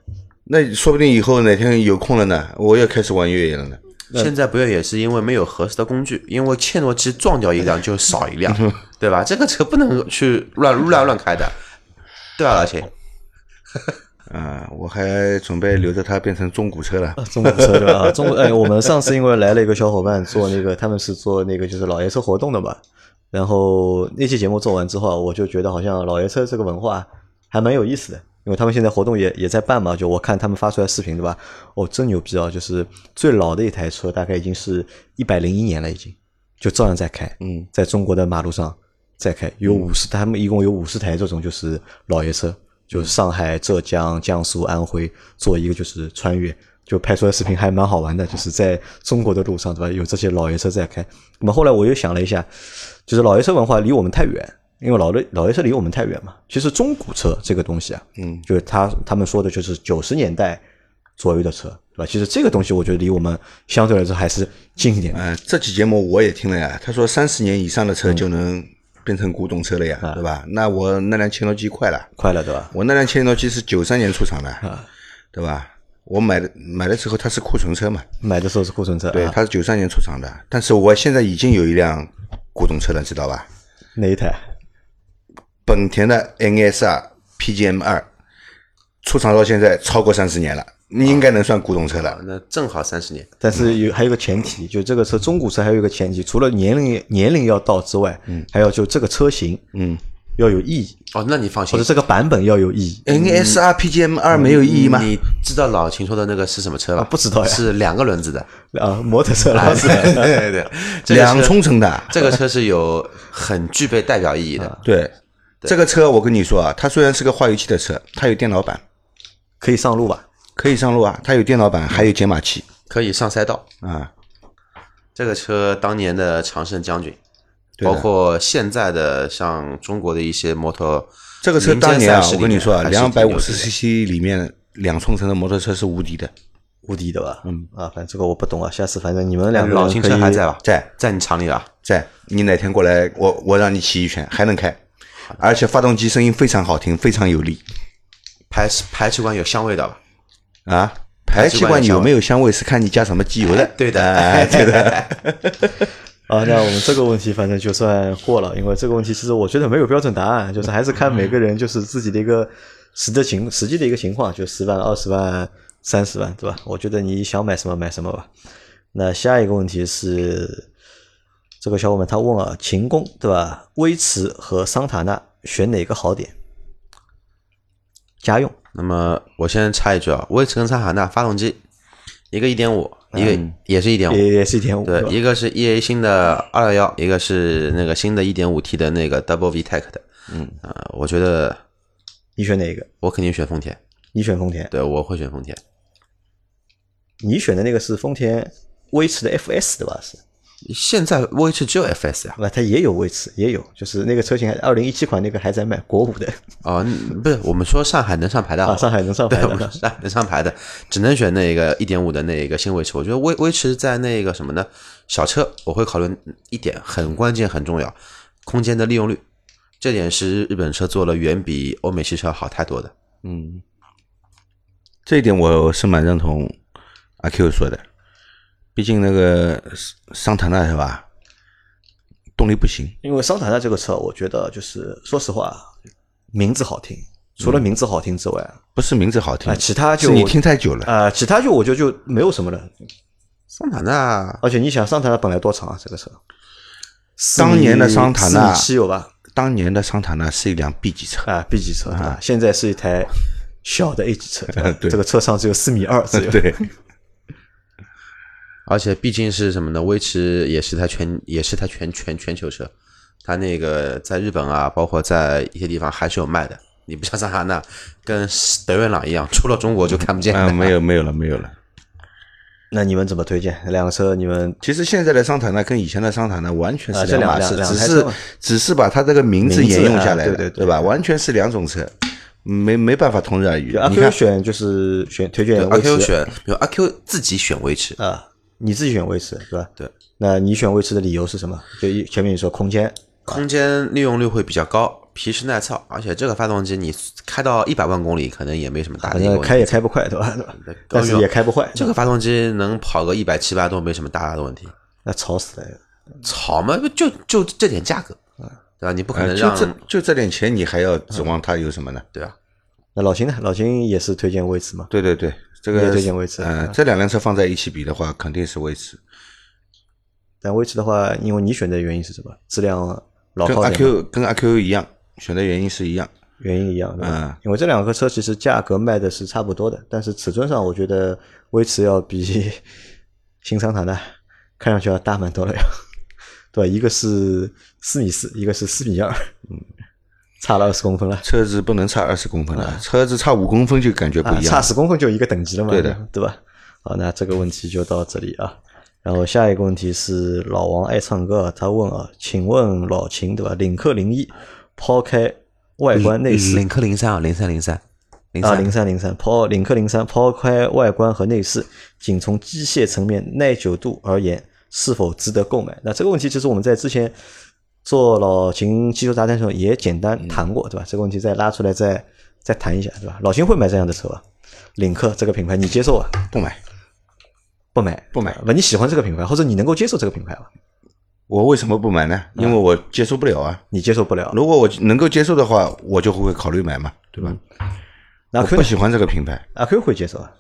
Speaker 3: 那说不定以后哪天有空了呢，我又开始玩越野了呢。
Speaker 2: 现在不越野是因为没有合适的工具，因为切诺基撞掉一辆就少一辆，对吧？这个车不能去乱乱乱开的，对吧，老秦？啊
Speaker 3: 啊，我还准备留着它变成中古车了。
Speaker 1: 中古车对吧？啊中古哎，我们上次因为来了一个小伙伴做那个，他们是做那个就是老爷车活动的嘛。然后那期节目做完之后，啊我就觉得好像老爷车这个文化还蛮有意思的，因为他们现在活动也也在办嘛。就我看他们发出来视频对吧？哦，真牛逼啊！就是最老的一台车大概已经是一百零一年了，已经就照样在开。
Speaker 3: 嗯，
Speaker 1: 在中国的马路上再开，有五十，他们一共有五十台这种就是老爷车，就是
Speaker 3: 嗯
Speaker 1: 上海、浙江、江苏、安徽做一个就是穿越，就拍出来视频还蛮好玩的，就是在中国的路上对吧？有这些老爷车在开。那么后来我又想了一下，就是老爷车文化离我们太远。因为老的老爷车离我们太远嘛，其实中古车这个东西啊，
Speaker 3: 嗯，
Speaker 1: 就是他他们说的就是九十年代左右的车，对吧？其实这个东西我觉得离我们相对来说还是近一点的。
Speaker 3: 嗯、这期节目我也听了呀，他说三十年以上的车就能变成古董车了呀，
Speaker 2: 嗯
Speaker 3: 对吧？那我那辆切诺基快了，
Speaker 1: 快了，对吧？
Speaker 3: 我那辆切诺基是九三年出厂的，
Speaker 2: 嗯
Speaker 3: 对吧？我买的买的时候它是库存车嘛，
Speaker 1: 买的时候是库存车，
Speaker 3: 对，
Speaker 2: 嗯
Speaker 1: 啊、
Speaker 3: 它是九三年出厂的，但是我现在已经有一辆古董车了，知道吧？
Speaker 1: 哪一台？
Speaker 3: 本田的 NSR PGM 二出厂到现在超过三十年了，你应该能算古董车了。
Speaker 2: 那正好三十年，
Speaker 1: 但是有还有个前提，就这个车中古车还有一个前提，除了年龄年龄要到之外，嗯，还有就这个车型，嗯，要有意义，
Speaker 2: 哦，那你放
Speaker 1: 或
Speaker 2: 心
Speaker 1: 者，这个版本要有意义。
Speaker 2: 嗯
Speaker 3: NSR PGM 二没有意义吗？
Speaker 2: 你知道老秦说的那个是什么车吧？
Speaker 1: 啊不知道呀
Speaker 2: 是两个轮子的，
Speaker 1: 啊，摩托车了，是吧
Speaker 2: 对 对对，这个车
Speaker 3: 两冲程的，
Speaker 2: 这个车是有很具备代表意义的，
Speaker 3: 对。这个车我跟你说啊，它虽然是个化油器的车，它有电脑版，
Speaker 1: 可以上路吧？
Speaker 3: 可以上路啊，它有电脑版，还有解码器
Speaker 2: 可以上赛道。
Speaker 3: 啊。
Speaker 2: 这个车当年的常胜将军，
Speaker 3: 对
Speaker 2: 包
Speaker 3: 的
Speaker 2: 括现在的像中国的一些摩托，
Speaker 3: 这个车当年
Speaker 2: 民间赛，
Speaker 3: 啊
Speaker 2: 事
Speaker 3: 我
Speaker 2: 里面
Speaker 3: 跟你说啊，
Speaker 2: 还是
Speaker 3: 两百
Speaker 2: 挺牛
Speaker 3: 五
Speaker 2: 逼
Speaker 3: 十
Speaker 2: 的
Speaker 3: cc 里面两冲程的摩托车是无敌的，
Speaker 1: 无敌的吧？嗯啊，反正这个我不懂啊，下次反正你们两个
Speaker 2: 老
Speaker 1: 人
Speaker 2: 秦
Speaker 1: 可
Speaker 2: 车
Speaker 1: 以
Speaker 2: 还在吧？
Speaker 3: 在
Speaker 2: 在你厂里啊？
Speaker 3: 在你哪天过来，我我让你骑一圈，还能开，而且发动机声音非常好听，非常有力
Speaker 2: 排排气管有香味道吧？
Speaker 3: 啊。排
Speaker 2: 气
Speaker 3: 气
Speaker 2: 管
Speaker 3: 管
Speaker 2: 有
Speaker 3: 有没有香味是看你加什么机油的，
Speaker 2: 对的
Speaker 3: 哎对的，
Speaker 1: 啊。那我们这个问题反正就算过了，因为这个问题其实我觉得没有标准答案，就是还是看每个人就是自己的一个实的情实际的一个情况，就十万、二十万、三十万，对吧？我觉得你想买什么买什么吧。那下一个问题是，这个小伙伴他问啊，秦宫对吧？威驰和桑塔纳选哪个好点？家用
Speaker 2: 那么我先插一句啊，威驰跟桑塔纳发动机，一个一点五，一个也是一点五，
Speaker 1: 嗯也也是一点五，
Speaker 2: 对，
Speaker 1: 吧
Speaker 2: 一个是 EA 新的二幺幺，一个是那个新的 1.5T 的那个 Double VTEC 的。嗯啊、我觉得
Speaker 1: 你选哪个？
Speaker 2: 我肯定选丰田，
Speaker 1: 你选丰田，
Speaker 2: 对我会选丰田。
Speaker 1: 你选的那个是丰田威驰的 FS 对吧？是，
Speaker 2: 现在威驰只有 FS 呀、
Speaker 1: 那它也有威驰，也有，就是那个车型还二零一七款那个还在卖国五的
Speaker 2: 啊，嗯不是，我们说上海能上牌的好
Speaker 1: 啊，
Speaker 2: 吧
Speaker 1: 上海能上牌
Speaker 2: 对，我们
Speaker 1: 的
Speaker 2: 说上海能上牌的，只能选那个一点五的那个新威驰。我觉得威威驰在那个什么呢，小车我会考虑一点很关键很重要，空间的利用率，这点是日本车做了远比欧美汽车好太多的。
Speaker 3: 嗯，这一点我是蛮认同阿 Q 说的，毕竟那个桑塔纳是吧，动力不行，
Speaker 1: 因为桑塔纳这个车，我觉得就是说实话，名字好听，除了名字好听之外，
Speaker 3: 不嗯是名字好听，
Speaker 1: 啊其他就是
Speaker 3: 你听太久了，
Speaker 1: 啊，其他就我觉得就没有什么了。
Speaker 2: 桑塔
Speaker 3: 啊
Speaker 2: 纳
Speaker 1: 而且你想，桑塔纳本来多长啊？这个车，四米
Speaker 3: 当年的桑塔
Speaker 1: 四
Speaker 3: 纳
Speaker 1: 米七有吧？
Speaker 3: 当年的桑塔纳是一辆 B 级车，
Speaker 1: 啊，B 级车对吧？现在是一台小的 A 级车，对吧
Speaker 3: 对
Speaker 1: 这个车上只有四米二， 只有
Speaker 3: 对，
Speaker 2: 而且毕竟是什么呢？威驰也是台全也是台全全全球车，它那个在日本啊，包括在一些地方还是有卖的。你不像桑塔纳跟德源朗一样，出了中国就看不见了。
Speaker 3: 嗯，没有没有了没有了。
Speaker 1: 那你们怎么推荐？两个车你们
Speaker 3: 其实现在的桑塔纳跟以前的桑塔纳完全
Speaker 1: 啊
Speaker 3: 是
Speaker 1: 这两
Speaker 3: 码事，
Speaker 1: 两两
Speaker 3: 只
Speaker 1: 台
Speaker 3: 是
Speaker 1: 车嘛
Speaker 3: 只是把它这个名字
Speaker 1: 名字
Speaker 3: 沿用下
Speaker 1: 啊
Speaker 3: 来了，
Speaker 1: 对对对
Speaker 3: 吧？完全是两种车，没没办法同日而语
Speaker 1: 就阿。
Speaker 3: 你
Speaker 1: Q
Speaker 3: 看，
Speaker 1: 选就是选推
Speaker 2: 对
Speaker 1: 荐
Speaker 2: 呃阿
Speaker 1: 威
Speaker 2: Q
Speaker 1: 驰
Speaker 2: 选，比如阿 Q 自己选威驰，
Speaker 1: 啊，你自己选威驰是吧？
Speaker 2: 对。
Speaker 1: 那你选威驰的理由是什么？就一前面你说空间
Speaker 2: 空间利用率会比较高，皮实耐操，而且这个发动机你开到一百万公里可能也没什么大
Speaker 1: 反
Speaker 2: 的问
Speaker 1: 正
Speaker 2: 题。
Speaker 1: 开也开不快，对 吧？但是也开不坏，
Speaker 2: 这个发动机能跑个一百七八都没什么大的问题。
Speaker 1: 那吵死了。
Speaker 2: 吵嘛，就就这点价格，对吧？你不可
Speaker 3: 呃
Speaker 2: 能
Speaker 3: 就
Speaker 2: 让
Speaker 3: 这就这点钱，你还要指望它有什么呢？
Speaker 2: 对啊，
Speaker 1: 那老秦呢？老秦也是推荐威驰嘛？
Speaker 3: 对对对，这
Speaker 1: 也
Speaker 3: 个
Speaker 1: 推荐威驰
Speaker 3: 嗯，这两辆车放在一起比的话，肯定是威驰。
Speaker 1: 但威驰的话，因为你选的原因是什么？质量牢
Speaker 3: 跟
Speaker 1: 靠
Speaker 3: 阿
Speaker 1: 点嘛，
Speaker 3: Q 跟阿 Q 一样，选的原因是一样。
Speaker 1: 原因一样，对吧
Speaker 3: 嗯？
Speaker 1: 因为这两个车其实价格卖的是差不多的，但是尺寸上我觉得威驰要比 新桑塔纳看上去要大蛮多了呀，对吧？一个是四米四，一个是四米二，嗯，差了二十公分了。
Speaker 3: 车子不能差二十公分的，车子差五公分就感觉不
Speaker 1: 啊，
Speaker 3: 一样。
Speaker 1: 差十公分就一个等级了嘛，
Speaker 3: 对的，
Speaker 1: 对吧？好，那这个问题就到这里啊。然后下一个问题是老王爱唱歌啊，他问啊，请问老秦对吧？领克零一，抛开外观内
Speaker 3: 嗯
Speaker 1: 饰
Speaker 2: 领克零三啊，零三零三零
Speaker 1: 啊，
Speaker 2: 三
Speaker 1: 零三零三抛领克零三抛开外观和内饰，仅从机械层面耐久度而言，是否值得购买？那这个问题其实我们在之前做老秦汽修杂谈的时候也简单谈
Speaker 2: 嗯
Speaker 1: 过，对吧？这个问题再拉出来再再谈一下，对吧？老秦会买这样的车吧？领克这个品牌你接受吧？
Speaker 3: 不买，
Speaker 1: 不买
Speaker 3: 不买
Speaker 1: 不？你喜欢这个品牌，或者你能够接受这个品牌吧？
Speaker 3: 我为什么不买呢？
Speaker 1: 啊
Speaker 3: 因为我接受不了啊。
Speaker 1: 你接受不了。
Speaker 3: 如果我能够接受的话，我就会考虑买嘛，对吧？
Speaker 1: 那
Speaker 3: 我
Speaker 1: 嗯 Q
Speaker 3: 不
Speaker 1: 呢
Speaker 3: 喜欢这个品牌，
Speaker 1: 阿 Q 会接受啊？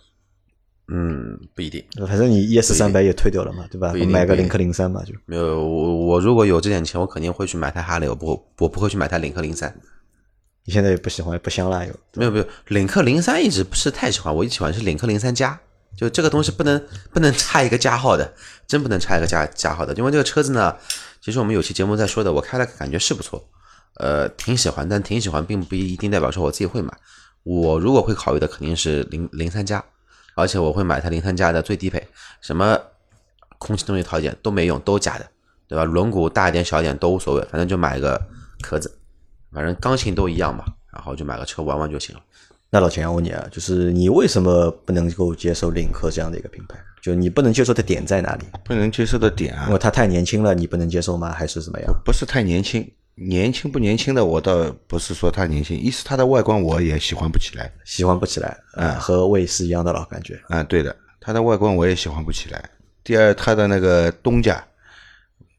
Speaker 2: 嗯，不一定。
Speaker 1: 反正你 ES 三百也退掉了嘛，对吧
Speaker 2: 不一？定
Speaker 1: 买个
Speaker 2: 不一定
Speaker 1: 领克零三嘛，就
Speaker 2: 没有我，我如果有这点钱，我肯定会去买台哈雷，我不我不会去买台领克零三。
Speaker 1: 你现在也不喜欢，也不香辣又。
Speaker 2: 没有没有，领克零三一直不是太喜欢，我喜欢是领克零三加，就这个东西不能不能差一个加号的，真不能差一个加加号的，因为这个车子呢，其实我们有期节目在说的，我开了感觉是不错，呃，挺喜欢，但挺喜欢并不一定代表说我自己会买，我如果会考虑的肯定是零零三加，而且我会买它零三加的最低配，什么空气动力条件都没用，都假的，对吧？轮毂大一点小一点都无所谓，反正就买一个壳子，反正钢琴都一样嘛，然后就买个车玩玩就行了。
Speaker 1: 那老钱，我问你啊，就是你为什么不能够接受领克这样的一个品牌？就你不能接受的点在哪里？
Speaker 3: 不能接受的点啊
Speaker 1: 因为，它太年轻了，你不能接受吗？还是怎么样？
Speaker 3: 不是太年轻。年轻不年轻的，我倒不是说它年轻，一是它的外观我也喜欢不起来，
Speaker 1: 喜欢不起来，啊，和卫士一样的老感觉。
Speaker 3: 啊，对的，它的外观我也喜欢不起来。第二，它的那个东家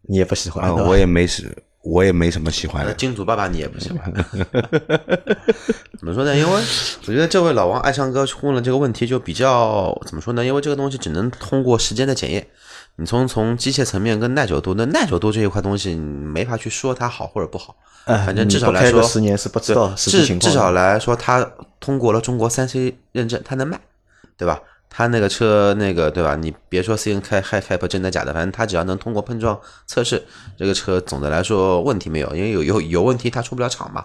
Speaker 1: 你也不喜欢，
Speaker 3: 啊，
Speaker 1: 对吧
Speaker 3: 我也没是我也没什么喜欢
Speaker 2: 那
Speaker 3: 的。
Speaker 2: 金主爸爸你也不喜欢， 怎么说呢？因为我觉得这位老王爱唱歌问了这个问题就比较怎么说呢？因为这个东西只能通过时间的检验。你从从机械层面跟耐久度，那耐久度这一块东西，你没法去说它好或者不好。
Speaker 1: 哎
Speaker 2: 反正至少
Speaker 1: 你不
Speaker 2: 来
Speaker 1: 开
Speaker 2: 说，
Speaker 1: 个十年是不知道实际
Speaker 2: 至
Speaker 1: 情况的
Speaker 2: 至少来说，它通过了中国三 C 认证，它能卖，对吧？它那个车那个对吧？你别说 C N 开 Hi Cap 真的假的，反正它只要能通过碰撞测试，这个车总的来说问题没有，因为有有有问题它出不了厂嘛。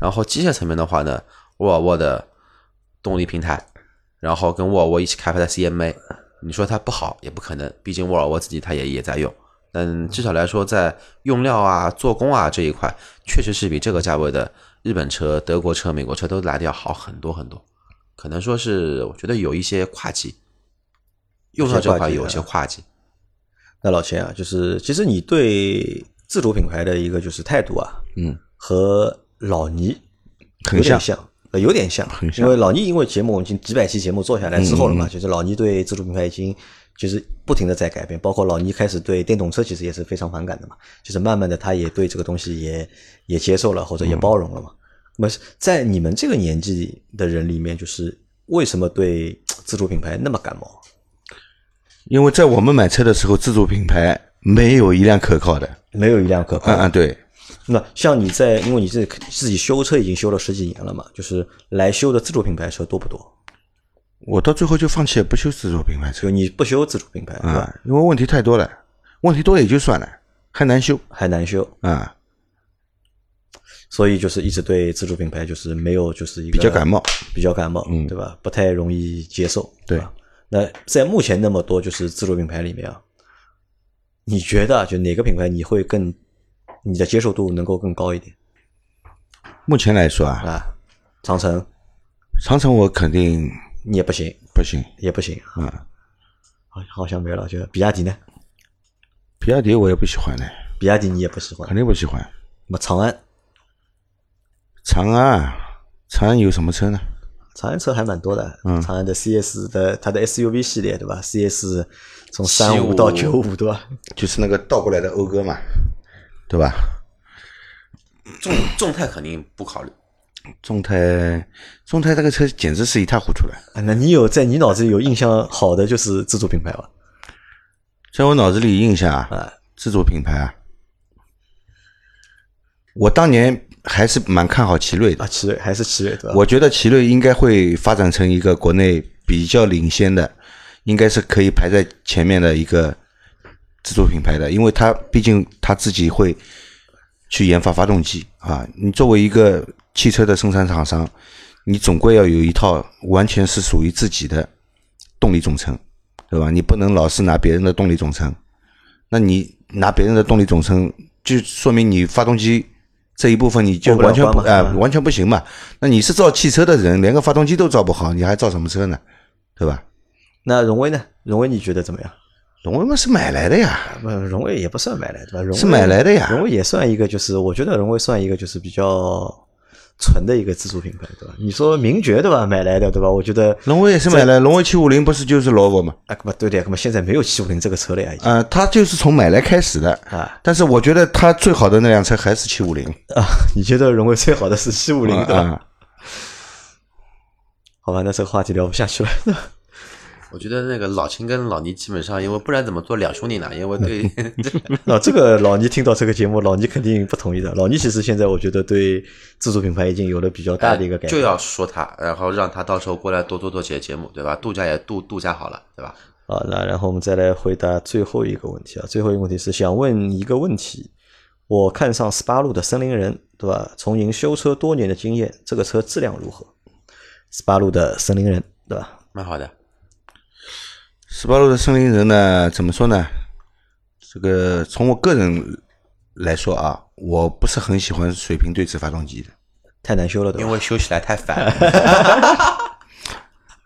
Speaker 2: 然后机械层面的话呢，沃尔沃的动力平台，然后跟沃尔沃一起开发的 CMA，你说它不好也不可能，毕竟沃尔沃自己它也也在用。
Speaker 1: 嗯
Speaker 2: 但至少来说，在用料啊、做工啊这一块，确实是比这个价位的日本车、德国车、美国车都来的要好很多很多。可能说是，我觉得有一些跨级，用料这块
Speaker 1: 啊
Speaker 2: 有一些跨级。
Speaker 1: 那老钱啊，就是其实你对自主品牌的一个就是态度啊，
Speaker 3: 嗯，
Speaker 1: 和老倪
Speaker 3: 很
Speaker 1: 有点
Speaker 3: 像
Speaker 1: 像。呃有点像，
Speaker 3: 很像
Speaker 1: 因为老倪因为节目我们已经几百期节目做下来之后了嘛，
Speaker 3: 嗯嗯
Speaker 1: 就是老倪对自主品牌已经就是不停的在改变，包括老倪开始对电动车其实也是非常反感的嘛，就是慢慢的他也对这个东西也也接受了或
Speaker 3: 嗯
Speaker 1: 者也包容了嘛。那么在你们这个年纪的人里面，就是为什么对自主品牌那么感冒？
Speaker 3: 因为在我们买车的时候，自主品牌没有一辆可靠的。
Speaker 1: 没有一辆可靠
Speaker 3: 嗯
Speaker 1: 的
Speaker 3: 嗯，对，
Speaker 1: 那像你在，因为你自己自己修车已经修了十几年了嘛，就是来修的自主品牌车多不多？
Speaker 3: 我到最后就放弃了不修自主品牌车
Speaker 1: 就你不修自主品牌，对吧？
Speaker 3: 啊，因为问题太多了，问题多也就算了，还难修
Speaker 1: 还难修，
Speaker 3: 啊，
Speaker 1: 所以就是一直对自主品牌就是没有就是一个
Speaker 3: 比较感冒。
Speaker 1: 比较感冒，
Speaker 3: 嗯
Speaker 1: 对吧？不太容易接受，
Speaker 3: 对
Speaker 1: 吧？那在目前那么多就是自主品牌里面啊，你觉得啊就哪个品牌你会更你的接受度能够更高一点
Speaker 3: 目前来说啊，
Speaker 1: 啊？长城
Speaker 3: 长城我肯定
Speaker 1: 你也不行，
Speaker 3: 不行
Speaker 1: 也不行，
Speaker 3: 啊，
Speaker 1: 好好像没了。就比亚迪呢？
Speaker 3: 比亚迪我也不喜欢的，
Speaker 1: 比亚迪你也不喜欢
Speaker 3: 肯，定不喜欢。
Speaker 1: 那么长安。
Speaker 3: 长安，啊，长安有什么车呢？
Speaker 1: 长安车还蛮多的，
Speaker 3: 嗯
Speaker 1: 长安的 CS 的它的 SUV 系列对吧？CS 从三
Speaker 2: 75
Speaker 1: 五到九五啊对吧？
Speaker 3: 就是那个倒过来的讴歌嘛，对吧？
Speaker 2: 众众泰肯定不考虑，
Speaker 3: 众泰，众泰这个车简直是一塌糊涂了，
Speaker 1: 啊那你有在你脑子里有印象好的就是自主品牌吧？
Speaker 3: 在我脑子里印象啊
Speaker 1: 啊，
Speaker 3: 自主品牌啊，我当年还是蛮看好奇瑞的
Speaker 1: 啊，，奇瑞还是奇瑞对吧？
Speaker 3: 我觉得奇瑞应该会发展成一个国内比较领先的，应该是可以排在前面的一个自主品牌的，因为它毕竟它自己会去研发发动机啊。你作为一个汽车的生产厂商，你总归要有一套完全是属于自己的动力总成，对吧？你不能老是拿别人的动力总成，那你拿别人的动力总成，就说明你发动机这一部分你就
Speaker 1: 过不了
Speaker 3: 完全不
Speaker 1: 关嘛
Speaker 3: 哎、
Speaker 1: 是吧
Speaker 3: 完全不行嘛。那你是造汽车的人，连个发动机都造不好，你还造什么车呢？对吧？
Speaker 1: 那荣威呢？荣威你觉得怎么样？
Speaker 3: 荣威嘛是买来的呀，
Speaker 1: 啊不，荣威也不算买来对吧？荣威
Speaker 3: 是买来的呀
Speaker 1: 荣威也算一个，就是我觉得荣威算一个就是比较纯的一个自主品牌对吧？你说名爵对吧？买来的对吧？我觉得
Speaker 3: 荣威也是买来，荣威七五零不是就是萝卜嘛？
Speaker 1: 啊，不对的，那么现在没有七五零这个车了呀已经
Speaker 3: 呃，它就是从买来开始的。
Speaker 1: 啊
Speaker 3: 但是我觉得它最好的那辆车还是七五零，
Speaker 1: 啊！你觉得荣威最好的是七五零对吧？
Speaker 3: 嗯
Speaker 1: 好吧，那这个话题聊不下去了。
Speaker 2: 我觉得那个老秦跟老倪基本上，因为不然怎么做两兄弟呢？因为对
Speaker 1: 那这个老倪听到这个节目，老倪肯定不同意的。老倪其实现在我觉得对自主品牌已经有了比较 大的一
Speaker 3: 哎
Speaker 1: 个改
Speaker 2: 就
Speaker 1: 变。
Speaker 2: 要说他，然后让他到时候过来多做做节节目，对吧？度假也度度假好了，对吧？
Speaker 1: 啊，那然后我们再来回答最后一个问题啊。最后一个问题是想问一个问题：我看上斯巴鲁的森林人，对吧？从营修车多年的经验，这个车质量如何？斯巴鲁的森林人，对吧？
Speaker 2: 蛮好的。
Speaker 3: 斯巴鲁的森林人呢，怎么说呢？这个从我个人来说啊，我不是很喜欢水平对置发动机的，
Speaker 1: 太难修了，对吧？
Speaker 2: 因为修起来太烦了。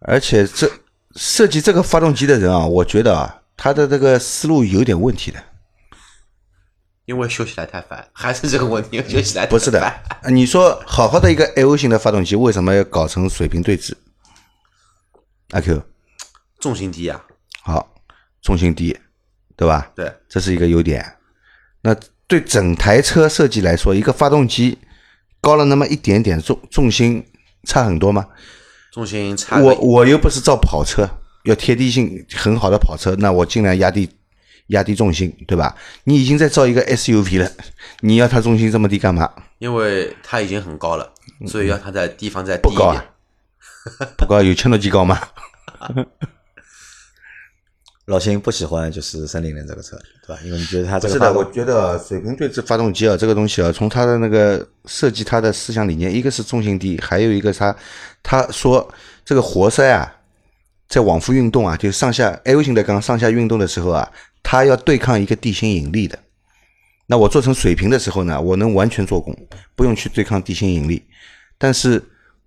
Speaker 3: 而且这设计这个发动机的人啊，我觉得啊，他的这个思路有点问题的。
Speaker 2: 因为修起来太烦，还是这个问题，修起来太烦
Speaker 3: 不是的， 呃你说好好的一个 L 型的发动机，为什么要搞成水平对置？阿 Q，
Speaker 2: 重心低啊，
Speaker 3: 好，重心低，对吧？
Speaker 2: 对，
Speaker 3: 这是一个优点。那对整台车设计来说，一个发动机高了那么一点点，重重心差很多吗？
Speaker 2: 重心差
Speaker 3: 我
Speaker 2: 个
Speaker 3: 我又不是造跑车，要贴地性很好的跑车，那我尽量压低压低重心，对吧？你已经在造一个 SUV 了，你要它重心这么低干嘛？
Speaker 2: 因为它已经很高了，所以要它在地方再低
Speaker 3: 嗯不
Speaker 2: 一
Speaker 3: 高 啊
Speaker 2: 点。，
Speaker 3: 不高有千多级高吗？
Speaker 1: 老秦不喜欢就是三零零这个车，对吧？因为你觉得它这
Speaker 3: 不
Speaker 1: 个
Speaker 3: 是
Speaker 1: 发
Speaker 3: 的，
Speaker 1: 动
Speaker 3: 我觉得水平对置发动机啊，这个东西啊，从它的那个设计，它的思想理念，一个是重心低，还有一个它，他说这个活塞啊，在往复运动啊，就是上下 L 型的缸上下运动的时候啊，它要对抗一个地心引力的。那我做成水平的时候呢，我能完全做工，不用去对抗地心引力。但是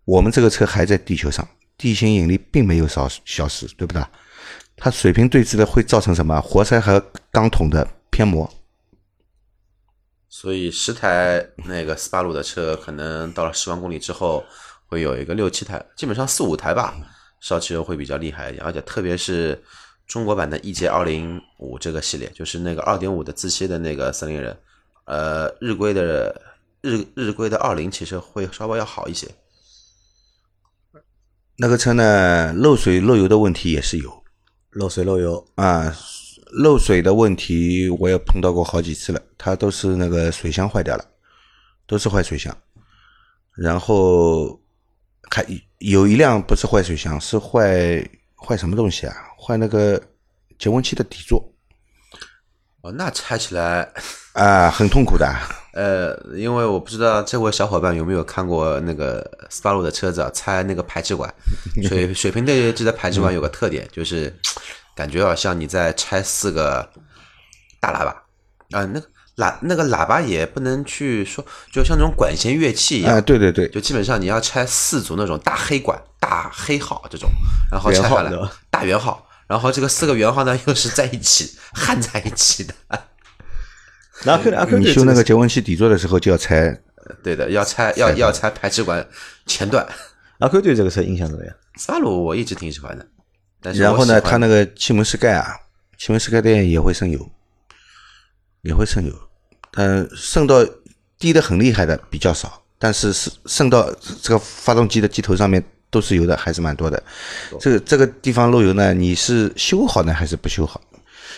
Speaker 3: 我们这个车还在地球上，地心引力并没有少消失，对不对？它水平对置的会造成什么？活塞和钢筒的偏磨。
Speaker 2: 所以十台那个斯巴鲁的车，可能到了十万公里之后，会有一个六七台，基本上四五台吧，烧汽油会比较厉害一点。而且特别是中国版的 E J 二零五这个系列，就是那个二点五的自吸的那个森林人，呃，日规的日日规的二零其实会稍微要好一些。
Speaker 3: 那个车呢，漏水漏油的问题也是有
Speaker 1: 漏水漏油，
Speaker 3: 啊。漏水的问题我也碰到过好几次了，它都是那个水箱坏掉了，都是坏水箱。然后还有一辆不是坏水箱，是坏坏什么东西啊？坏那个节温器的底座
Speaker 2: 哦，那拆起来，
Speaker 3: 啊，很痛苦的啊。
Speaker 2: 呃，因为我不知道这位小伙伴有没有看过那个斯巴鲁的车子啊，拆那个排气 管，水水平对置的排气管有个特点，就是感觉好像你在拆四个大喇叭啊、那个喇那个喇叭也不能去说，就像那种管弦乐器一样，
Speaker 1: 哎
Speaker 3: 啊，对对对，
Speaker 2: 就基本上你要拆四组那种大黑管、大黑号这种，然后
Speaker 1: 圆
Speaker 2: 拆
Speaker 1: 号
Speaker 2: 下来
Speaker 1: 对吧
Speaker 2: 大圆号，然后这个四个圆号呢又是在一起 焊在一起的，
Speaker 1: 那可能阿克
Speaker 3: 你修那个节温器底座的时候就要拆
Speaker 2: 对的，要拆要要拆排气管前段。
Speaker 1: 阿克对这个车印象怎么样？
Speaker 2: 斯巴鲁我一直挺喜欢的，但是
Speaker 3: 然后呢，它
Speaker 2: 他
Speaker 3: 那个气门室盖啊，气门室盖垫也会渗油，也会渗油，但渗到低的很厉害的比较少，但是是渗到这个发动机的机头上面都是油的，还是蛮多的。这个这个地方漏油呢，你是修好呢还是不修好？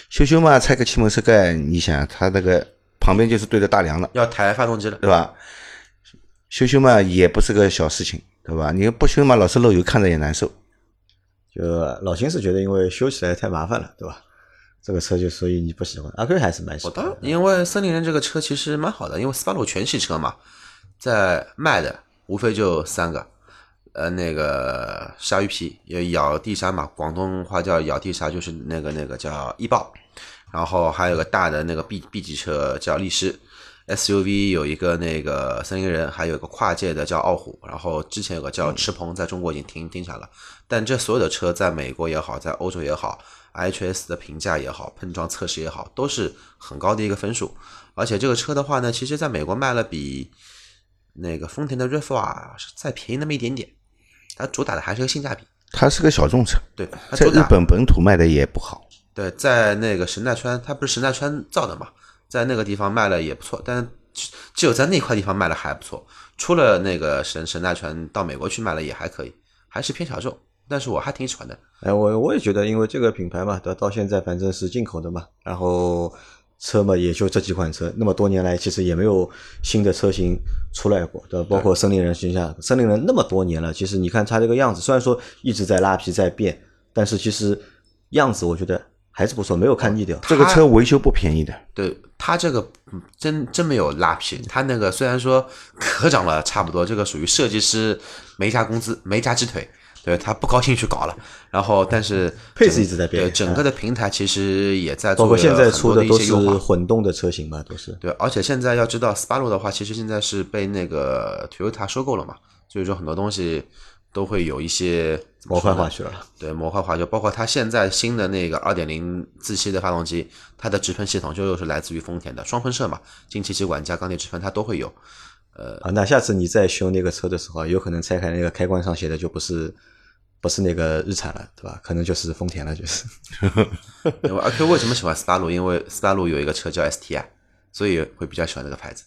Speaker 3: 修修嘛，拆个气门室盖，你想它那个旁边就是对着大梁了。
Speaker 2: 要抬发动机了，
Speaker 3: 对吧？修修嘛也不是个小事情，对吧？你不修嘛老是漏油，看着也难受。
Speaker 1: 就老秦是觉得因为修起来太麻烦了，对吧？这个车就所以你不喜欢，阿克还是蛮喜
Speaker 2: 我
Speaker 1: 欢
Speaker 2: 哦当然
Speaker 1: 的。
Speaker 2: 因为森林人这个车其实蛮好的，因为斯巴鲁全系车嘛，在卖的无非就三个，呃，那个鲨鱼皮，也咬地鲨嘛，广东话叫咬地鲨，就是那个那个叫易豹，然后还有个大的那个 B B 级车叫力狮。SUV 有一个那个森林人，还有一个跨界的叫傲虎，然后之前有个
Speaker 3: 嗯
Speaker 2: 叫驰鹏，在中国已经停停产了。但这所有的车在美国也好，在欧洲也好，IHS 的评价也好，碰撞测试也好，都是很高的一个分数。而且这个车的话呢，其实在美国卖了比那个丰田的 RAV4 是再便宜那么一点点，它主打的还是个性价比。
Speaker 3: 它是个小众车，
Speaker 2: 对，它
Speaker 3: 在
Speaker 2: 主
Speaker 3: 日
Speaker 2: 打
Speaker 3: 本本土卖的也不好。
Speaker 2: 对，在那个神奈川，它不是神奈川造的嘛，在那个地方卖了也不错，但只只有在那块地方卖了还不错，出了那个神神奈川到美国去卖了也还可以，还是偏小众，但是我还挺喜欢的。
Speaker 1: 哎，我我也觉得，因为这个品牌嘛，到到现在反正是进口的嘛，然后车嘛也就这几款车，那么多年来其实也没有新的车型出来过，对吧？包括森林人形象，森林人那么多年了，其实你看它这个样子，虽然说一直在拉皮在变，但是其实样子我觉得还是不错，没有看腻掉。
Speaker 3: 这个车维修不便宜的，
Speaker 2: 对它这个嗯真真没有拉皮，它那个虽然说可涨了差不多，这个属于设计师没加工资没加鸡腿，对他不高兴去搞了。然后但是
Speaker 1: 配置
Speaker 2: 整
Speaker 1: 一直在变嗯
Speaker 2: 对整个的平台其实也在做
Speaker 1: 包括现在
Speaker 2: 很
Speaker 1: 出
Speaker 2: 多
Speaker 1: 的
Speaker 2: 一
Speaker 1: 都
Speaker 2: 些
Speaker 1: 是
Speaker 2: 优化。
Speaker 1: 混动的车型嘛，都是。
Speaker 2: 对，而且现在要知道，斯巴鲁的话，其实现在是被那个 Toyota 收购了嘛，所以说很多东西都会有一些怎么
Speaker 1: 模
Speaker 2: 说
Speaker 1: 块
Speaker 2: 呢
Speaker 1: 化去了，
Speaker 2: 对，模块化就包括它现在新的那个二点零自吸的发动机，它的直喷系统就又是来自于丰田的双喷射嘛，进气歧管加钢铁直喷它都会有。
Speaker 1: 啊，那下次你再修那个车的时候啊，有可能拆开那个开关上写的就不是不是那个日产了，对吧？可能就是丰田了，就是。
Speaker 2: 因为而且为什么喜欢斯巴鲁？因为斯巴鲁有一个车叫 STI，所以会比较喜欢这个牌子。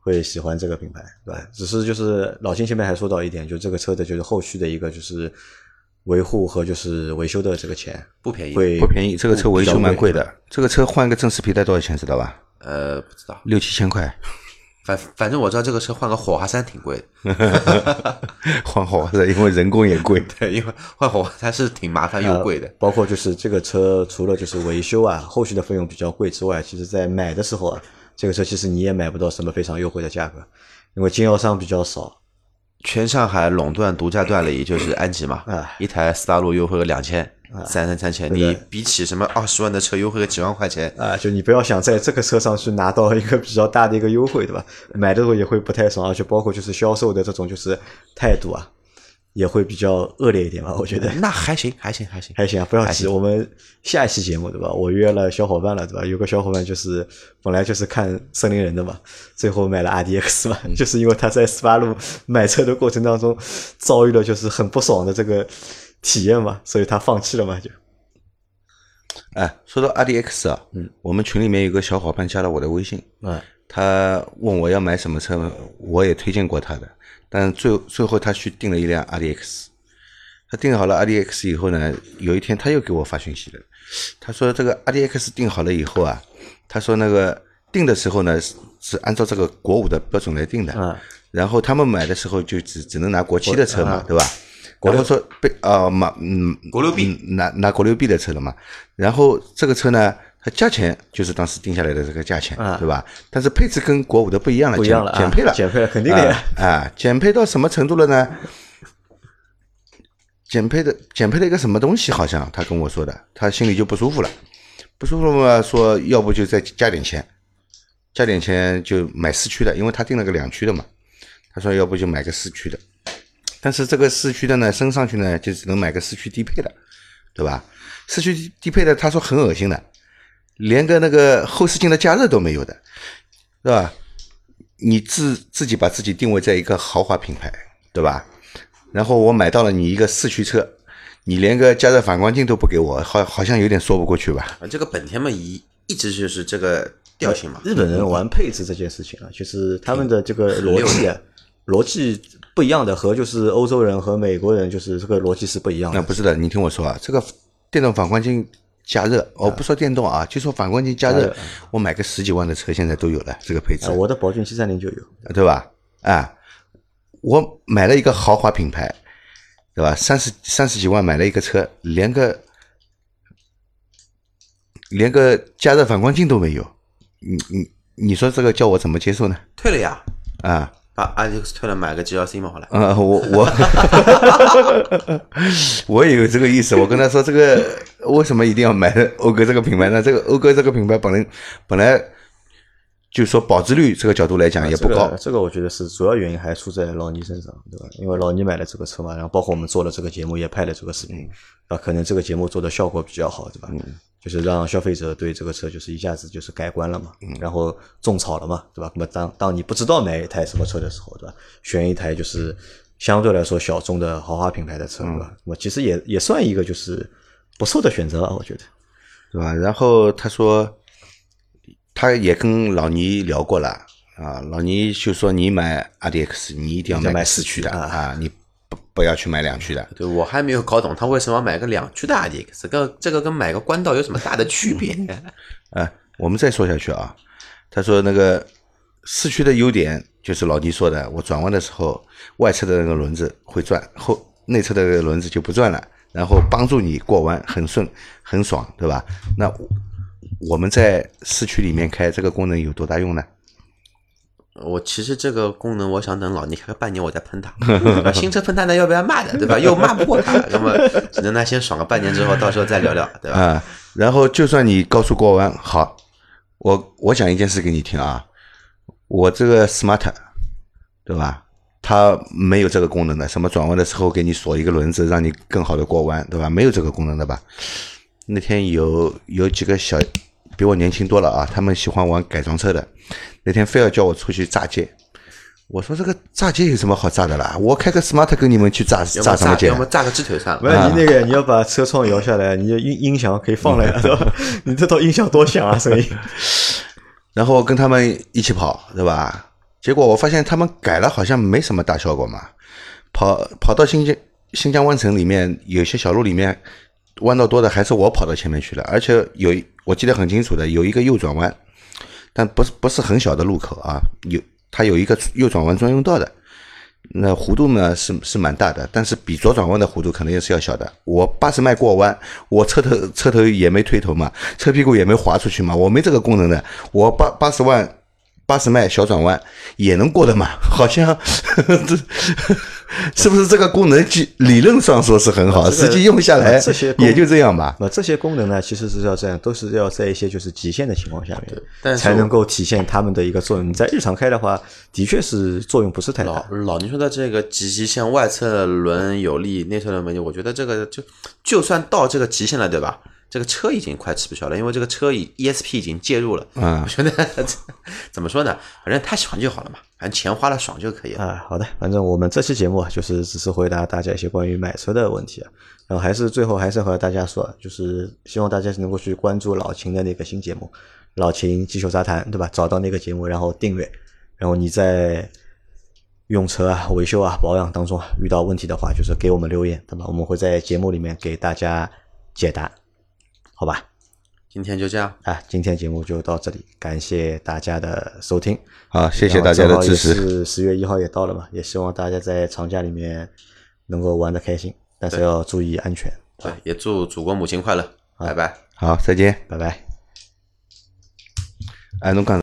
Speaker 1: 会喜欢这个品牌，对吧？只是就是老金前面还说到一点，就这个车的就是后续的一个就是维护和就是维修的这个钱
Speaker 2: 不便宜
Speaker 1: 会
Speaker 3: 不便宜，这个车维修蛮贵
Speaker 1: 比较
Speaker 3: 的。这个车换个正时皮带多少钱，知道吧？
Speaker 2: 呃，不知道，
Speaker 3: 六七千块，
Speaker 2: 反反正我知道这个车换个火花塞挺贵的，
Speaker 3: 换好的，因为人工也贵。
Speaker 2: 对，因为换火花塞是挺麻烦又贵的
Speaker 1: 呃。包括就是这个车除了就是维修啊，后续的费用比较贵之外，其实在买的时候啊，这个车其实你也买不到什么非常优惠的价格，因为经销商比较少。
Speaker 2: 全上海垄断独占段里就是安吉嘛，
Speaker 1: 哎
Speaker 2: 一台斯大陆优惠个两千、三三三千，你比起什么二十万的车优惠个几万块钱，
Speaker 1: 啊、就你不要想在这个车上去拿到一个比较大的一个优惠，对吧？买的时候也会不太爽，而且包括就是销售的这种就是态度啊，也会比较恶劣一点吧，我 觉得。
Speaker 2: 那还行，还行，还行。
Speaker 1: 还行啊，不要急，我们下一期节目对吧？我约了小伙伴了对吧？有个小伙伴就是本来就是看森林人的嘛，最后买了 RDX 嘛，就是因为他在斯巴鲁买车的过程当中遭遇了就是很不爽的这个体验嘛，所以他放弃了嘛就。
Speaker 3: 哎，说到 RDX 啊，嗯，我们群里面有个小伙伴加了我的微信，
Speaker 1: 啊，
Speaker 3: 他问我要买什么车，我也推荐过他的，但最最后他去订了一辆 RDX。他订好了 RDX 以后呢，有一天他又给我发讯息了，他说这个 RDX 订好了以后啊，他说那个订的时候呢是是按照这个国五的标准来定的，
Speaker 1: 嗯
Speaker 3: 然后他们买的时候就只只能拿国七的车嘛，对吧？
Speaker 1: 国
Speaker 3: 然
Speaker 1: 六
Speaker 3: 后说被啊买嗯
Speaker 2: 国六 B
Speaker 3: 嗯拿拿国六 B 的车了嘛，然后这个车呢，它价钱就是当时定下来的这个价钱，
Speaker 1: 啊
Speaker 3: 对吧？但是配置跟国五的不一样了，
Speaker 1: 不一样了啊
Speaker 3: 减减配了，
Speaker 1: 减配了肯定的呀
Speaker 3: 啊啊，减配到什么程度了呢？减配的减配了一个什么东西？好像他跟我说的，他心里就不舒服了，不舒服嘛，说要不就再加点钱，加点钱就买四驱的，因为他订了个两驱的嘛，他说要不就买个四驱的，但是这个四驱的呢，升上去呢就只能买个四驱低配的，对吧？四驱低低配的他说很恶心的，连个那个后视镜的加热都没有的，对吧？你自自己把自己定位在一个豪华品牌，对吧？然后我买到了你一个四驱车，你连个加热反光镜都不给我，好好像有点说不过去吧？
Speaker 2: 啊，这个本田嘛，一一直就是这个调性嘛。
Speaker 1: 日本人玩配置这件事情啊，就是他们的这个逻辑啊，逻辑不一样的，和就是欧洲人和美国人就是这个逻辑是不一样
Speaker 3: 那
Speaker 1: 的。
Speaker 3: 不是的，你听我说啊，这个电动反光镜加热，哦，不说电动啊，就说反光镜加热，我买个十几万的车现在都有了，这个配置
Speaker 1: 啊，，我的宝骏七三零就有，
Speaker 3: 对吧？啊，我买了一个豪华品牌，对吧？三十三十几万买了一个车，连个连个加热反光镜都没有，你你你说这个叫我怎么接受呢？
Speaker 2: 退了呀，
Speaker 3: 啊，
Speaker 2: 把 RX 退了，买个 GLC 嘛，好了。
Speaker 3: 呃，我我 我也有这个意思。我跟他说，这个为什么一定要买讴歌这个品牌呢？这个讴歌这个品牌本来本来就说保值率这个角度来讲也不高
Speaker 1: 啊这个。这个我觉得是主要原因还出在老倪身上，对吧？因为老倪买了这个车嘛，然后包括我们做了这个节目，也拍了这个视
Speaker 3: 嗯
Speaker 1: 频，啊，可能这个节目做的效果比较好，对吧？就是让消费者对这个车就是一下子就是改观了嘛，
Speaker 3: 嗯
Speaker 1: 然后种草了嘛，对吧？那么当当你不知道买一台什么车的时候，对吧？选一台就是相对来说小众的豪华品牌的车，对
Speaker 3: 嗯
Speaker 1: 吧？那么其实也也算一个就是不错的选择啊，我觉得。
Speaker 3: 对吧？然后他说，他也跟老倪聊过了啊，老倪就说你买 RDX，你一定要
Speaker 1: 一定要
Speaker 3: 买
Speaker 1: 买
Speaker 3: 四驱的
Speaker 1: 四驱的
Speaker 3: 啊，你不不要去买两驱的。
Speaker 2: 对我还没有搞懂他为什么要买个两驱的 RX，跟这个跟买个官道有什么大的区别？
Speaker 3: 啊，我们再说下去啊，他说那个四驱的优点就是老倪说的，我转弯的时候外侧的那个轮子会转，后内侧的那个轮子就不转了，然后帮助你过弯很顺很爽，对吧？那我我们在市区里面开这个功能有多大用呢？
Speaker 2: 我其实这个功能，我想等老倪开个半年，我再喷 他。对吧新车喷他呢，要不要骂的，对吧？又骂不过他，那么只能他先爽个半年之后，到时候再聊聊，对吧？
Speaker 3: 啊，然后就算你高速过弯，好，我我讲一件事给你听啊，我这个 smart，对吧？它没有这个功能的，什么转弯的时候给你锁一个轮子，让你更好的过弯，对吧？没有这个功能的吧？那天有有几个小比我年轻多了啊，他们喜欢玩改装车的，那天非要叫我出去炸街。我说这个炸街有什么好炸的啦？我开个 smart 跟你们啊去炸
Speaker 2: 要么
Speaker 3: 什么
Speaker 2: 炸，
Speaker 3: 街啊
Speaker 2: 要？么炸个鸡腿算
Speaker 1: 不
Speaker 2: 了。
Speaker 1: 是你那个，你要把车窗 摇下来，你的音音响可以放了呀，对吧？你这套音响多响啊，声音。
Speaker 3: 然后跟他们一起跑，对吧？结果我发现他们改了，好像没什么大效果嘛。跑跑到新疆新疆湾城里面，有些小路里面弯道多的，还是我跑到前面去了。而且有一我记得很清楚的，有一个右转弯，但不是不是很小的路口啊，有它有一个右转弯专用道的。那弧度呢是是蛮大的，但是比左转弯的弧度可能也是要小的。我八十迈过弯，我车头车头也没推头嘛，车屁股也没滑出去嘛，我没这个功能的。我八八十万八十迈小转弯也能过的嘛， 好像这是不是这个功能基？理论上说是很好，
Speaker 1: 这个
Speaker 3: 实际用下来
Speaker 1: 呃这些功
Speaker 3: 也就这样吧。
Speaker 1: 那这些功能呢，其实是要这样，都是要在一些就是极限的情况下
Speaker 2: 但
Speaker 1: 面，
Speaker 2: 是
Speaker 1: 才
Speaker 2: 我
Speaker 1: 能够体现它们的一个作用。你在日常开的话，的确是作用不是太大
Speaker 2: 老。 老您说的这个极极限，外侧轮有力，内侧轮没力，我觉得这个就就算到这个极限了，对吧？这个车已经快吃不消了，因为这个车已 ESP 已经介入了。
Speaker 3: 嗯
Speaker 2: 我觉得 这怎么说呢？反正他喜欢就好了嘛，反正钱花了爽就可以了。
Speaker 1: 啊，好的，反正我们这期节目啊，就是只是回答大家一些关于买车的问题啊，然后还是最后还是和大家说，啊就是希望大家能够去关注老秦的那个新节目《老秦汽修杂谈》，对吧？找到那个节目，然后订阅，然后你在用车啊、维修啊、保养当中啊遇到问题的话，就是给我们留言，对吧？我们会在节目里面给大家解答，好吧？
Speaker 2: 今天就这样，
Speaker 1: 啊，今天节目就到这里，感谢大家的收听。
Speaker 3: 好，谢谢大家的支持。
Speaker 1: 是十月一号也到了嘛，也希望大家在长假里面能够玩得开心，但是要注意安全。
Speaker 2: 对，也祝祖国母亲快乐，拜拜。
Speaker 3: 好，再见。
Speaker 1: 拜拜。
Speaker 3: 哎，侬讲。